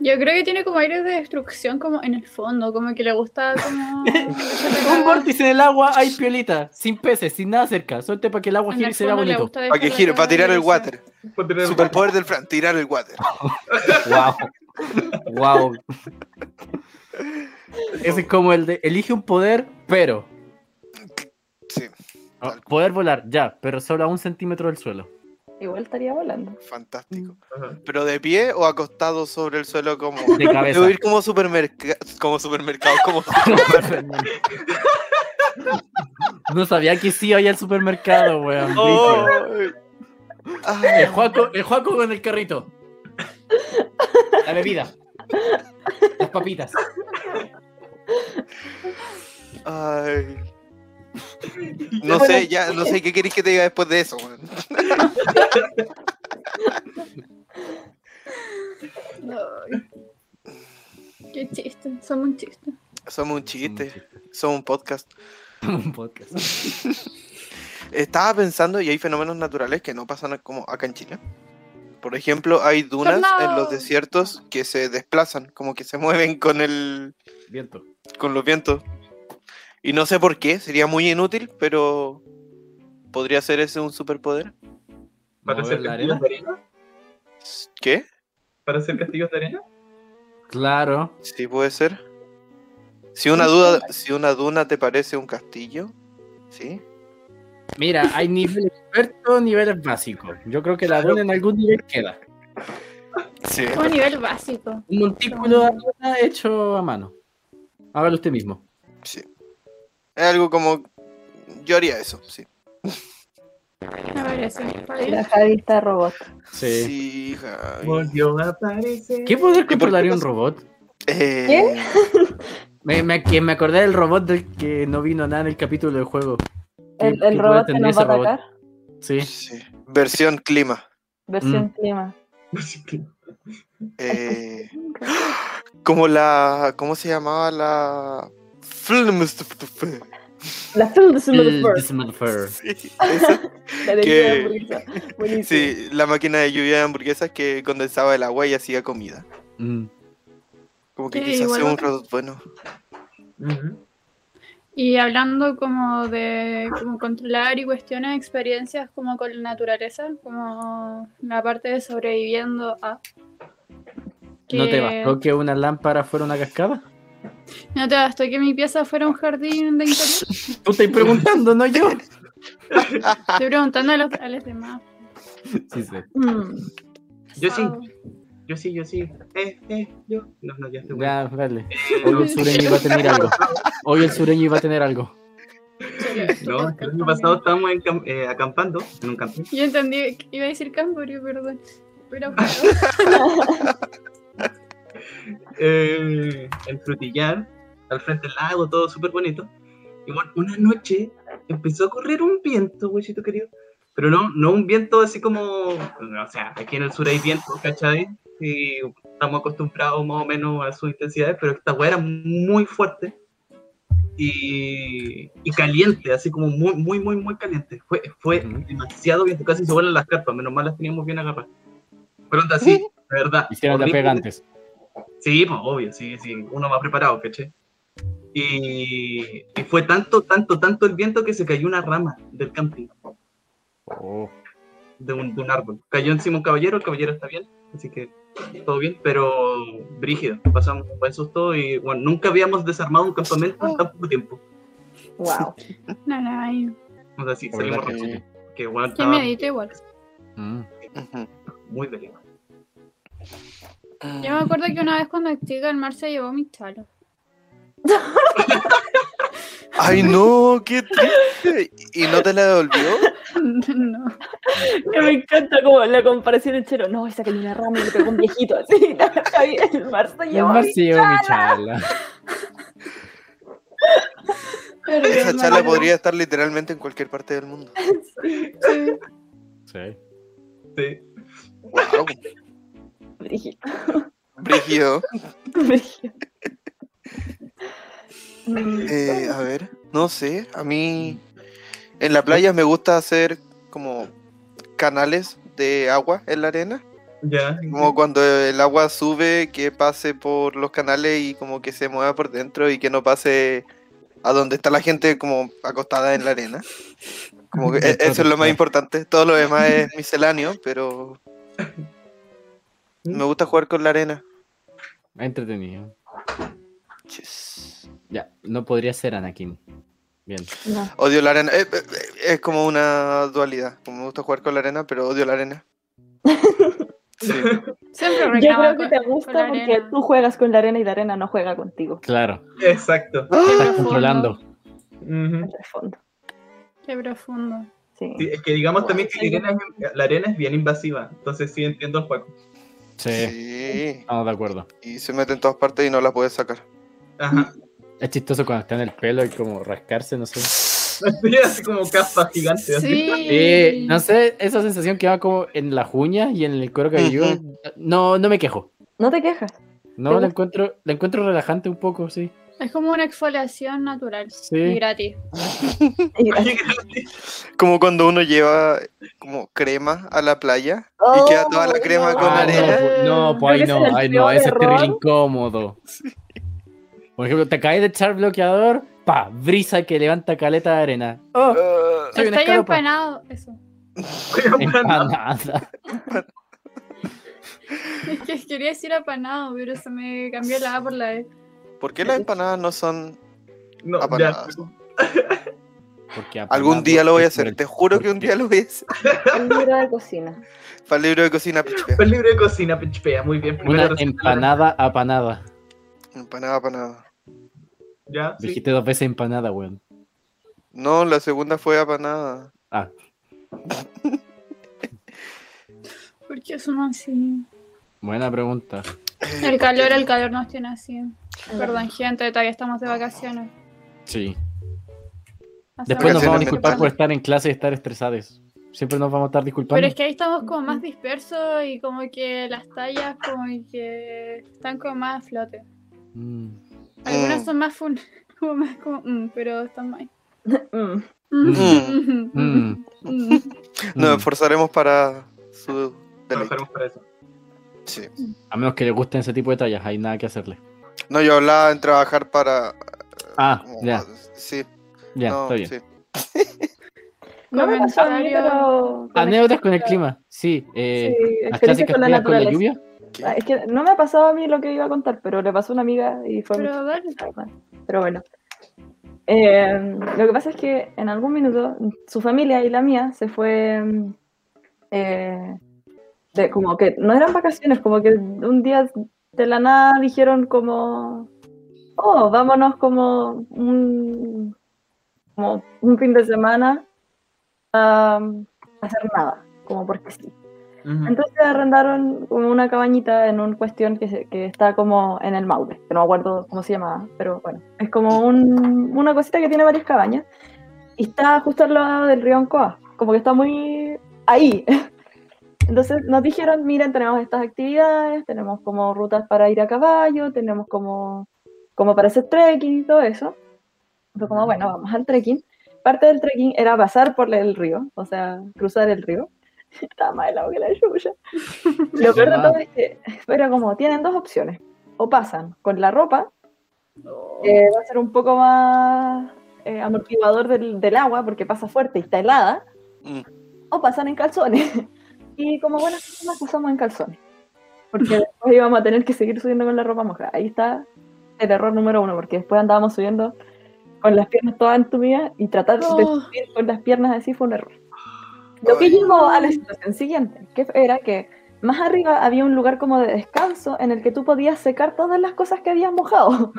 Speaker 5: Yo creo que tiene como aire de destrucción como en el fondo, como que le gusta como...
Speaker 1: Un vórtice en el agua, hay piolita, sin peces, sin nada cerca. Suelte para que el agua
Speaker 5: En
Speaker 1: gire y
Speaker 5: el
Speaker 1: se vea
Speaker 5: fondo le
Speaker 1: bonito.
Speaker 5: gusta
Speaker 6: Para que
Speaker 5: dejar
Speaker 6: gire,
Speaker 5: la
Speaker 6: para tirar el
Speaker 5: cabeza.
Speaker 6: water.
Speaker 4: Por tener-
Speaker 6: Superpoder del Fran, tirar el water.
Speaker 1: Wow. Wow. Ese es como el de elige un poder, pero.
Speaker 6: Sí,
Speaker 1: Ah, Poder volar, ya, pero solo a un centímetro del suelo.
Speaker 3: Igual estaría volando.
Speaker 6: fantástico.
Speaker 4: Ajá.
Speaker 6: ¿Pero de pie o acostado sobre el suelo como...
Speaker 1: De cabeza.
Speaker 6: Debo ir como, supermerca- como supermercado, como...
Speaker 1: No sabía que sí había el supermercado, weón.
Speaker 6: Oh.
Speaker 1: Brígido.
Speaker 6: Ah,
Speaker 1: El Juaco, el Juaco con el carrito. La bebida. Las papitas.
Speaker 6: ay. No sé, ya, no sé qué queréis que te diga después de eso. weón?
Speaker 5: Ay, Qué chiste, somos un chiste.
Speaker 6: Somos un chiste, somos un podcast.
Speaker 1: Un podcast.
Speaker 6: Estaba pensando y hay fenómenos naturales que no pasan como acá en Chile. Por ejemplo, hay dunas en los
Speaker 5: Tornados.
Speaker 6: desiertos que se desplazan, como que se mueven con el
Speaker 1: Viento.
Speaker 6: con los vientos. Y no sé por qué, sería muy inútil, pero podría ser ese un superpoder.
Speaker 4: Para hacer
Speaker 1: Mover la
Speaker 4: castillos
Speaker 1: arena.
Speaker 4: de arena.
Speaker 6: ¿Qué?
Speaker 4: Para hacer castillos de arena.
Speaker 1: Claro.
Speaker 6: Sí, puede ser. Si una duda, si una duna te parece un castillo, ¿sí?
Speaker 1: Mira, hay niveles expertos, niveles básicos. Yo creo que la dona en algún nivel queda.
Speaker 6: Sí.
Speaker 5: Como nivel básico.
Speaker 1: Un montículo de arena hecho a mano. Hágalo usted mismo.
Speaker 6: Es algo como yo haría eso, sí.
Speaker 5: Me parece.
Speaker 3: La Javi está robot.
Speaker 1: Sí.
Speaker 6: Sí, Javi.
Speaker 4: Volvió a aparecer.
Speaker 1: ¿Qué poder
Speaker 6: qué
Speaker 1: controlaría un
Speaker 6: pasa?
Speaker 1: robot?
Speaker 6: Eh,
Speaker 1: Me, me, que me acordé del robot del que no vino nada en el capítulo del juego. ¿Qué-
Speaker 3: El,
Speaker 1: qué
Speaker 3: el
Speaker 1: poder
Speaker 3: robot que
Speaker 1: tendría
Speaker 3: nos va a
Speaker 1: ese robot?
Speaker 3: atacar.
Speaker 1: Sí.
Speaker 6: sí. Versión clima.
Speaker 3: Versión
Speaker 1: Mm.
Speaker 3: clima.
Speaker 4: Así que-
Speaker 6: Eh, como la. ¿Cómo se llamaba la. Film-
Speaker 3: La film de
Speaker 1: El
Speaker 3: First.
Speaker 1: Dismalfer.
Speaker 6: Sí, esa.
Speaker 3: La de
Speaker 6: que-
Speaker 3: la hamburguesa. Buenísimo.
Speaker 6: Sí, la máquina de lluvia de hamburguesas que condensaba el agua y hacía comida.
Speaker 1: Mm.
Speaker 6: Como que
Speaker 5: Sí,
Speaker 6: quizás
Speaker 5: igual
Speaker 6: sea un
Speaker 5: otra.
Speaker 6: robot bueno.
Speaker 4: Ujú.
Speaker 5: Y hablando como de como controlar y cuestiones, experiencias como con la naturaleza, como la parte de sobreviviendo a...
Speaker 1: ¿No te
Speaker 5: que-
Speaker 1: bastó que una lámpara fuera una cascada?
Speaker 5: ¿No te bastó que mi pieza fuera un jardín de internet?
Speaker 1: Tú estás preguntando, no yo.
Speaker 5: Estoy preguntando a los, a los demás.
Speaker 1: Sí, sí.
Speaker 3: Mm.
Speaker 4: Yo sí.
Speaker 5: Pasado.
Speaker 4: Yo sí, yo sí. Eh, eh, yo. No, no, ya estoy bueno.
Speaker 1: Ya, dale.
Speaker 4: Eh,
Speaker 1: Hoy el sureño iba a tener algo. Hoy el sureño iba a tener algo.
Speaker 4: No, el año pasado estábamos en cam- eh, acampando en un camping.
Speaker 5: Yo entendí, que iba a decir Camborio, perdón. Pero
Speaker 4: eh, en Frutillar, al frente del lago, todo súper bonito. Y bueno, una noche empezó a correr un viento, güeyito querido. Pero no, no un viento así como, o sea, aquí en el sur hay viento, ¿cachai? Y estamos acostumbrados más o menos a sus intensidades, pero esta weá era muy fuerte y, y caliente, así como muy, muy, muy, muy caliente. Fue, fue
Speaker 1: Ujú.
Speaker 4: demasiado viento, casi se vuelan las carpas, menos mal las teníamos bien agarradas. Pero onda, sí, de verdad.
Speaker 1: Hicieron la
Speaker 4: horrible.
Speaker 1: pega antes.
Speaker 4: Sí, pues obvio, sí, sí, uno más preparado, ¿caché? Y, y fue tanto, tanto, tanto el viento que se cayó una rama del camping,
Speaker 1: Oh,
Speaker 4: de un, de un árbol. Cayó encima un caballero, el caballero está bien, así que todo bien, pero brígido, pasamos un buen susto y bueno, nunca habíamos desarmado un campamento en tan poco tiempo.
Speaker 3: Wow.
Speaker 5: No, no, ay,
Speaker 4: O sea, sí,
Speaker 1: Por
Speaker 4: salimos
Speaker 1: verdad que
Speaker 4: que, bueno,
Speaker 5: que
Speaker 4: estaba
Speaker 5: me igual.
Speaker 1: Mm.
Speaker 6: Ujú.
Speaker 4: Muy delicado.
Speaker 5: Yo me acuerdo que una vez cuando chica el mar se llevó mis chalos.
Speaker 6: Ay, no, qué triste. ¿Y no te la devolvió?
Speaker 5: no.
Speaker 3: Que me encanta como la comparación del chelo. No, esa que hay una rama y le pegó un viejito así. No, Javier, el mar se
Speaker 1: El
Speaker 3: llevó.
Speaker 1: mar se llevó mi charla.
Speaker 5: Pero
Speaker 6: Esa
Speaker 5: no,
Speaker 6: charla
Speaker 5: no.
Speaker 6: podría estar literalmente en cualquier parte del mundo.
Speaker 5: Sí.
Speaker 1: Sí.
Speaker 4: Sí.
Speaker 6: Wow,
Speaker 3: Brígido,
Speaker 6: brígido.
Speaker 3: brígido. Mm,
Speaker 6: Eh, a ver, no sé, a mí en la playa me gusta hacer como canales de agua en la arena.
Speaker 4: Ya.
Speaker 6: Como cuando el agua sube, que pase por los canales y como que se mueva por dentro y que no pase a donde está la gente como acostada en la arena. Como que e- eso es lo más importante. Todo lo demás es misceláneo, pero me gusta jugar con la arena.
Speaker 1: Entretenido.
Speaker 6: Yes.
Speaker 1: Ya, no podría ser Anakin. Bien.
Speaker 3: no.
Speaker 6: Odio la arena. Eh, eh, eh, Es como una dualidad. Como me gusta jugar con la arena, pero odio la arena. Sí.
Speaker 5: Siempre
Speaker 3: Yo
Speaker 5: reclama
Speaker 3: creo que
Speaker 5: con-
Speaker 3: te gusta
Speaker 5: la
Speaker 3: porque
Speaker 5: arena.
Speaker 3: tú juegas con la arena y la arena no juega contigo.
Speaker 1: Claro,
Speaker 4: Exacto.
Speaker 5: Qué
Speaker 1: estás
Speaker 5: profundo,
Speaker 1: controlando.
Speaker 4: Ujú.
Speaker 3: De fondo.
Speaker 5: Qué profundo.
Speaker 3: Sí.
Speaker 4: Sí, es que digamos
Speaker 6: Wow.
Speaker 4: también que la arena, es, la arena es bien invasiva, entonces sí entiendo el juego.
Speaker 1: Sí,
Speaker 6: Sí.
Speaker 1: estamos de acuerdo.
Speaker 6: Y se mete en todas partes y no la puedes sacar.
Speaker 4: Ajá.
Speaker 1: Es chistoso cuando está en el pelo y como rascarse, no sé.
Speaker 4: Sí, así como capa gigante. así.
Speaker 5: Sí.
Speaker 1: Eh, no sé, esa sensación que va como en las uñas y en el cuero cabelludo. No, no me quejo.
Speaker 3: No te quejas. ¿Te
Speaker 1: No, la
Speaker 3: gusta?
Speaker 1: encuentro, la encuentro relajante un poco, sí.
Speaker 5: Es como una exfoliación natural.
Speaker 1: Sí.
Speaker 5: Y gratis.
Speaker 3: Y-
Speaker 4: Oye,
Speaker 6: Como cuando uno lleva como crema a la playa
Speaker 3: Oh,
Speaker 6: y queda toda la crema
Speaker 3: no.
Speaker 6: con
Speaker 1: Ah,
Speaker 6: arena.
Speaker 1: No, no, pues ahí
Speaker 3: Creo que ese es
Speaker 1: no,
Speaker 3: el
Speaker 1: ahí no,
Speaker 3: peor
Speaker 1: ese es terrible
Speaker 3: error.
Speaker 1: incómodo. Por ejemplo, te caes de echar bloqueador, pa, brisa que levanta caleta de arena. Oh,
Speaker 6: Ah,
Speaker 1: soy una
Speaker 5: Está ahí
Speaker 1: escalopa.
Speaker 5: empanado. Eso.
Speaker 1: Empanada.
Speaker 5: Es que quería decir apanado, pero se me cambió la A por la E.
Speaker 6: ¿Por qué las empanadas no son
Speaker 4: no, ya.
Speaker 6: apanadas?
Speaker 1: Porque
Speaker 6: Algún
Speaker 1: apanado
Speaker 6: día lo voy a
Speaker 1: es por
Speaker 6: hacer,
Speaker 1: el-
Speaker 6: te juro que un día lo voy a hacer.
Speaker 3: El libro de cocina.
Speaker 6: Para el libro de cocina, pichipea.
Speaker 4: El libro Pues de cocina, pichpea, muy bien.
Speaker 1: Una
Speaker 4: primera receta.
Speaker 1: empanada apanada.
Speaker 6: Empanada, apanada.
Speaker 4: Ya, sí.
Speaker 1: Dijiste dos veces empanada, weón.
Speaker 6: No, la segunda fue apanada.
Speaker 1: Ah,
Speaker 5: ¿Por qué son así?
Speaker 1: buena pregunta.
Speaker 5: El calor, el calor nos tiene así. Perdón, gente, todavía estamos de vacaciones.
Speaker 1: Sí. Después nos
Speaker 5: Hacemos
Speaker 1: vamos
Speaker 6: Vacaciones
Speaker 1: a
Speaker 5: lo que
Speaker 1: disculpar por
Speaker 5: podemos.
Speaker 1: estar en clase y estar estresados. Siempre nos vamos a estar disculpando.
Speaker 5: Pero es que ahí estamos como más dispersos y como que las tallas como que están como más a flote.
Speaker 1: Mm.
Speaker 5: Algunas
Speaker 6: Mm.
Speaker 5: son más fun, como más como, mm, pero están más.
Speaker 3: Mm.
Speaker 5: Mm, mm,
Speaker 1: Mm.
Speaker 5: mm.
Speaker 6: Nos
Speaker 1: Mm.
Speaker 6: esforzaremos para su deleite.
Speaker 4: Trabajaremos para eso.
Speaker 6: Sí.
Speaker 1: A menos que le gusten ese tipo de tallas, hay nada que hacerle.
Speaker 6: No, yo hablaba en trabajar para.
Speaker 1: Ah,
Speaker 6: como-
Speaker 1: ya,
Speaker 6: Sí,
Speaker 1: ya,
Speaker 6: no,
Speaker 1: está bien.
Speaker 6: sí.
Speaker 3: No me pasó a mí,
Speaker 5: Comentario.
Speaker 3: pero... este,
Speaker 1: Anécdotas Ah, con el clima, sí. eh,
Speaker 3: Sí,
Speaker 1: las
Speaker 3: experiencia
Speaker 1: clásicas
Speaker 3: con la
Speaker 1: peleas con la
Speaker 3: naturaleza.
Speaker 1: lluvia.
Speaker 3: Ah, Es que no me ha pasado a mí lo que iba a contar, pero le pasó a una amiga y fue
Speaker 5: Pero dale.
Speaker 3: Pero bueno. Eh, lo que pasa es que en algún minuto su familia y la mía se fue. mm, eh, de, como que no eran vacaciones, como que un día de la nada dijeron como. Oh, vámonos como un, como un fin de semana a, a hacer nada, como porque sí.
Speaker 4: Ujú.
Speaker 3: Entonces arrendaron como una cabañita en un cuestión que, se- que está como en el Maule, que no me acuerdo cómo se llamaba, pero bueno, es como un- una cosita que tiene varias cabañas y está justo al lado del río Ancoa, como que está muy ahí. Entonces nos dijeron, miren, tenemos estas actividades, tenemos como rutas para ir a caballo, tenemos como, como para hacer trekking y todo eso. Fue como, bueno, vamos al trekking. Parte del trekking era pasar por el río, o sea, cruzar el río. Estaba más helado que la lluvia. Lo peor de todo es que era como, tienen dos opciones. O pasan con la ropa, que va a ser un poco más eh, amortiguador del, del agua porque pasa fuerte y está helada.
Speaker 6: Mm.
Speaker 3: O pasan en calzones. Y como buenas personas pasamos en calzones. Porque después íbamos a tener que seguir subiendo con la ropa mojada. Ahí está el error número uno, porque después andábamos subiendo con las piernas todas entumidas y tratar de
Speaker 5: Oh.
Speaker 3: subir con las piernas así fue un error. Lo que llevó a la situación siguiente, que era que más arriba había un lugar como de descanso en el que tú podías secar todas las cosas que habías mojado.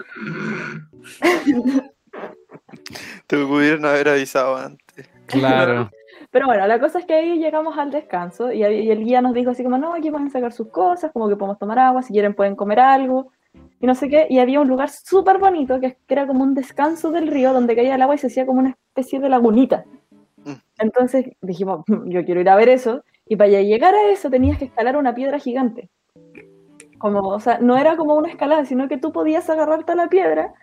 Speaker 6: Te pudieron haber avisado antes.
Speaker 1: Claro.
Speaker 3: Pero bueno, la cosa es que ahí llegamos al descanso y, ahí- y el guía nos dijo así como, no, aquí pueden sacar sus cosas, como que podemos tomar agua, si quieren pueden comer algo, y no sé qué. Y había un lugar súper bonito que es- que era como un descanso del río donde caía el agua y se hacía como una especie de lagunita.
Speaker 6: Mm.
Speaker 3: Entonces dijimos, "Mm, yo quiero ir a ver eso. Y para llegar a eso tenías que escalar una piedra gigante. Como, o sea, no era como una escalada, sino que tú podías agarrarte a la piedra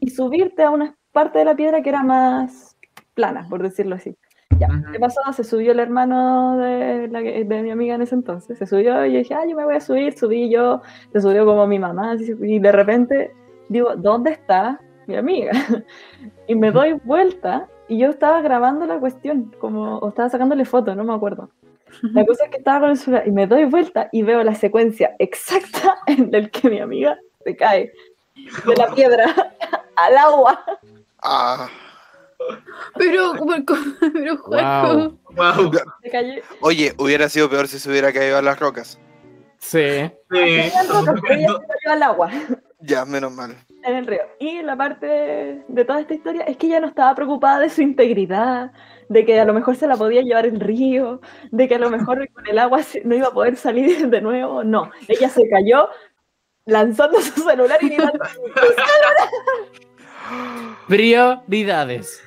Speaker 3: y subirte a una parte de la piedra que era más plana, por decirlo así. Ya,
Speaker 4: Ujú.
Speaker 3: ¿qué pasó? Se subió el hermano de, la que- de mi amiga en ese entonces. Se subió y yo dije, ah, yo me voy a subir. Subí yo, se subió como mi mamá. así, y de repente digo, ¿dónde está mi amiga? y me doy vuelta y yo estaba grabando la cuestión, como, o estaba sacándole fotos, no me acuerdo. La cosa es que estaba con el celular y me doy vuelta y veo la secuencia exacta en la que mi amiga se cae de la piedra al agua.
Speaker 6: Ah,
Speaker 5: Pero, por co- pero Juaco,
Speaker 1: Wow.
Speaker 4: Wow.
Speaker 3: Se cayó.
Speaker 6: oye, hubiera sido peor si se hubiera caído a las rocas.
Speaker 1: Sí.
Speaker 4: Sí.
Speaker 3: Eran rocas, pero ella se cayó al agua.
Speaker 6: Ya, menos mal.
Speaker 3: en el río. Y la parte de toda esta historia es que ella no estaba preocupada de su integridad, de que a lo mejor se la podía llevar el río, de que a lo mejor con el agua se- no iba a poder salir de nuevo. No, ella se cayó lanzando su celular y iba
Speaker 1: Prioridades.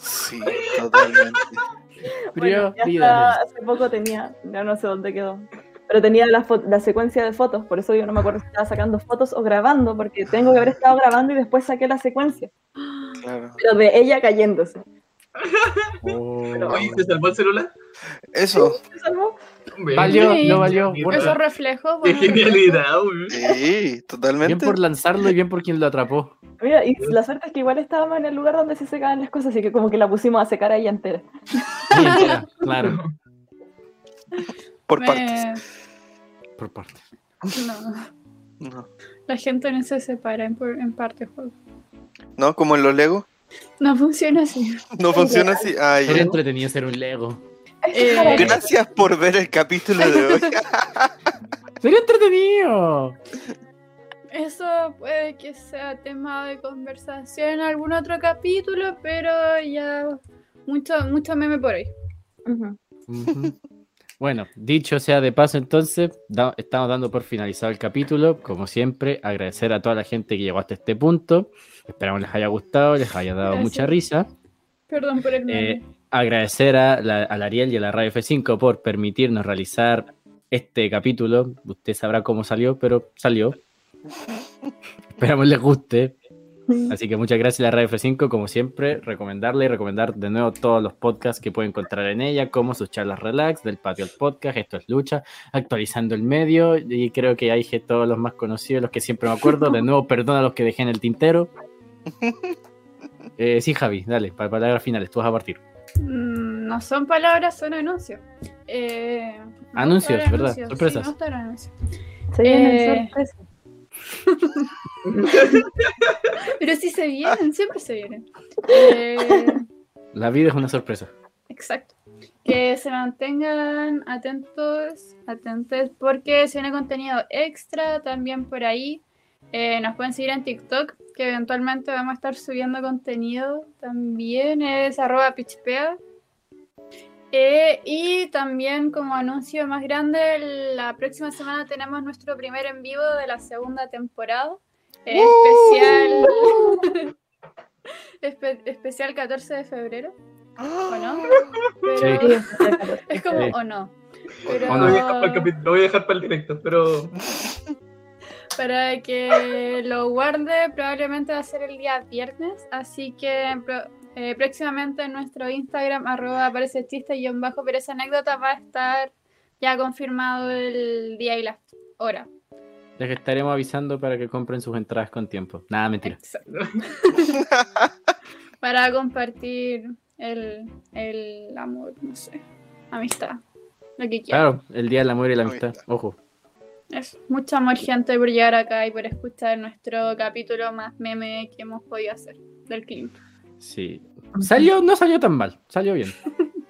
Speaker 6: Sí, totalmente.
Speaker 3: Bueno, y hasta
Speaker 1: Prioridades.
Speaker 3: hace poco tenía, ya no sé dónde quedó, pero tenía la, fo- la secuencia de fotos, por eso yo no me acuerdo si estaba sacando fotos o grabando, porque tengo que haber estado grabando y después saqué la secuencia,
Speaker 6: Claro.
Speaker 3: pero de ella cayéndose.
Speaker 1: Oh.
Speaker 4: Oye, ¿se salvó el celular?
Speaker 6: Eso.
Speaker 3: ¿Se salvó?
Speaker 1: Valió,
Speaker 5: Sí.
Speaker 1: no valió. Bueno,
Speaker 5: esos reflejos.
Speaker 4: Qué
Speaker 5: bueno,
Speaker 4: genialidad, güey.
Speaker 6: Sí,
Speaker 1: bien
Speaker 6: totalmente.
Speaker 1: por lanzarlo y bien por quien lo atrapó.
Speaker 3: Mira, y la suerte es que igual estábamos en el lugar donde se secaban las cosas, así que como que la pusimos a secar ahí entera.
Speaker 1: Sí, claro,
Speaker 6: Por
Speaker 5: me-
Speaker 6: partes.
Speaker 1: por parte.
Speaker 5: no,
Speaker 6: No.
Speaker 5: la gente no se separa en, por- en parte, Juaco.
Speaker 6: ¿No? Como en los Lego.
Speaker 5: No funciona así.
Speaker 6: No funciona así. Ay,
Speaker 1: Era entretenido ser un Lego.
Speaker 5: Eh,
Speaker 3: Para que-
Speaker 6: gracias por ver el capítulo de hoy.
Speaker 1: Sería entretenido.
Speaker 5: Eso puede que sea tema de conversación en algún otro capítulo, pero ya mucho, mucho meme por hoy.
Speaker 3: Ujú.
Speaker 1: Ujú. Bueno, dicho sea de paso, entonces, da- estamos dando por finalizado el capítulo. Como siempre, agradecer a toda la gente que llegó hasta este punto. Esperamos les haya gustado, les haya dado
Speaker 5: Gracias.
Speaker 1: mucha risa.
Speaker 5: Perdón por el meme.
Speaker 1: Eh, agradecer a la, al Ariel y a la Radio F5 por permitirnos realizar este capítulo. Usted sabrá cómo salió, pero salió. Esperamos les guste. Así que muchas gracias a la Radio F5, como siempre, recomendarle y recomendar de nuevo todos los podcasts que puede encontrar en ella, como sus charlas relax, del patio al podcast, esto es lucha, actualizando el medio, y creo que hay que todos los más conocidos, los que siempre me acuerdo, de nuevo perdón a los que dejé en el tintero. Eh, sí, Javi, dale, para palabras finales, tú vas a partir.
Speaker 5: Mm, No son palabras, son anuncios. Eh, me gusta
Speaker 1: Anuncios,
Speaker 5: dar
Speaker 1: ¿verdad?
Speaker 5: anuncios, sí,
Speaker 1: Sorpresas.
Speaker 5: me gusta dar anuncios.
Speaker 3: Se vienen
Speaker 5: Eh,
Speaker 3: sorpresas.
Speaker 5: Pero sí se vienen, siempre se vienen. Eh,
Speaker 1: La vida es una sorpresa.
Speaker 5: exacto. Que se mantengan atentos, atentos, porque se viene contenido extra también por ahí. Eh, nos pueden seguir en TikTok, que eventualmente vamos a estar subiendo contenido también. Es arroba pitchpea. Eh, y también como anuncio más grande, la próxima semana tenemos nuestro primer en vivo de la segunda temporada. Eh, especial, espe- especial 14 de febrero. ¿O no? Pero-
Speaker 1: Sí.
Speaker 5: Es como,
Speaker 1: Sí.
Speaker 5: o no. Pero
Speaker 1: O
Speaker 4: Lo voy, a dejar para el capi- lo voy a dejar para el directo, pero
Speaker 5: para que lo guarde, probablemente va a ser el día viernes. Así que pro- eh, próximamente en nuestro Instagram, arroba aparece chiste guión bajo, pero esa anécdota va a estar ya confirmado el día y la hora.
Speaker 1: Les estaremos avisando para que compren sus entradas con tiempo. Nada, mentira.
Speaker 5: Exacto. para compartir el, el amor, no sé, amistad, lo que quieran.
Speaker 1: Claro, el Día del Amor y la Amistad.
Speaker 6: Amistad.
Speaker 1: Ojo.
Speaker 5: Es mucho amor, gente, por llegar acá y por escuchar nuestro capítulo más meme que hemos podido hacer del clima.
Speaker 1: Sí. Salió, no salió tan mal. Salió bien.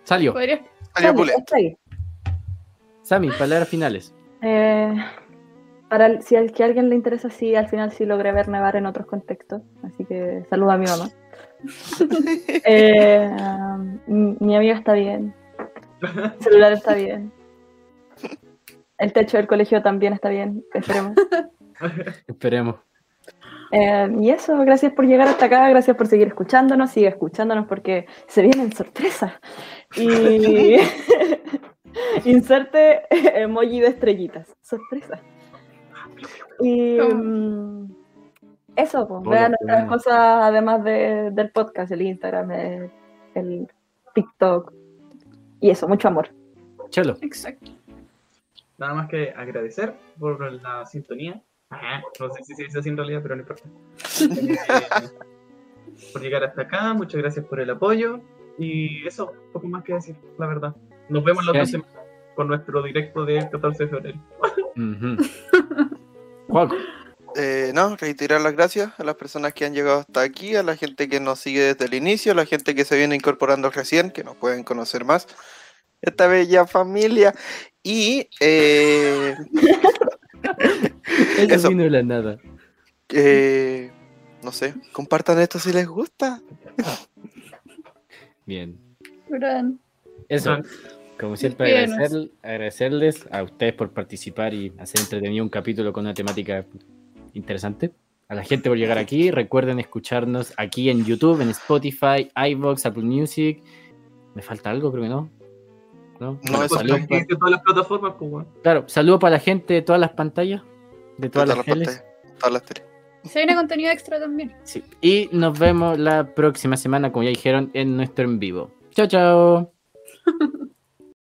Speaker 1: Salió.
Speaker 5: Podría-
Speaker 6: Salió
Speaker 3: Sally,
Speaker 6: opulento.
Speaker 3: está ahí.
Speaker 1: Sammy, palabras finales.
Speaker 3: Eh, para el- si al que a alguien le interesa, sí, al final sí logré ver nevar en otros contextos. Así que saluda a mi mamá. Eh, um, mi- mi amiga está bien. El celular está bien. El techo del colegio también está bien, esperemos.
Speaker 1: Esperemos.
Speaker 3: Eh, y eso, gracias por llegar hasta acá, gracias por seguir escuchándonos, sigue escuchándonos porque se vienen sorpresas. Y inserte emoji de estrellitas, sorpresa. Y
Speaker 5: Oh.
Speaker 3: mm, eso, pues,
Speaker 1: Oh,
Speaker 3: vean
Speaker 1: lo
Speaker 3: otras
Speaker 1: bueno.
Speaker 3: cosas además de- del podcast, el Instagram, el, el TikTok. Y eso, mucho amor.
Speaker 1: Cholo.
Speaker 5: Exacto.
Speaker 4: Nada más que agradecer por la sintonía. Ajá, No sé si se dice así en realidad, pero no importa. Eh, por llegar hasta acá, muchas gracias por el apoyo. Y eso, poco más que decir, la verdad. Nos vemos la otra
Speaker 1: Sí.
Speaker 4: semana con nuestro directo del 14 de febrero.
Speaker 1: Ujú. Juaco.
Speaker 6: Eh, no, reiterar las gracias a las personas que han llegado hasta aquí, a la gente que nos sigue desde el inicio, a la gente que se viene incorporando recién, que nos pueden conocer más. Esta bella familia. Y eh,
Speaker 1: Eso,
Speaker 6: Eso.
Speaker 1: vino de la nada.
Speaker 6: eh, no sé, compartan esto si les gusta.
Speaker 1: Bien.
Speaker 5: Gran.
Speaker 1: Eso.
Speaker 4: Ah.
Speaker 1: Como siempre,
Speaker 5: Despídenos.
Speaker 1: agradecer- agradecerles a ustedes por participar y hacer entretenido un capítulo con una temática interesante. A la gente por llegar aquí. Recuerden escucharnos aquí en YouTube, en Spotify, iVoox, Apple Music. ¿Me falta algo? Creo que no. No,
Speaker 6: No, eso
Speaker 1: saludo,
Speaker 6: es
Speaker 4: Porque existen todas las plataformas, pues, weón.
Speaker 1: claro, saludo para la gente de todas las pantallas, de todas las teles.
Speaker 6: pantallas, todas las teles.
Speaker 5: Se viene contenido extra también.
Speaker 1: Sí. Y nos vemos la próxima semana, como ya dijeron, en nuestro en vivo. Chao, chao.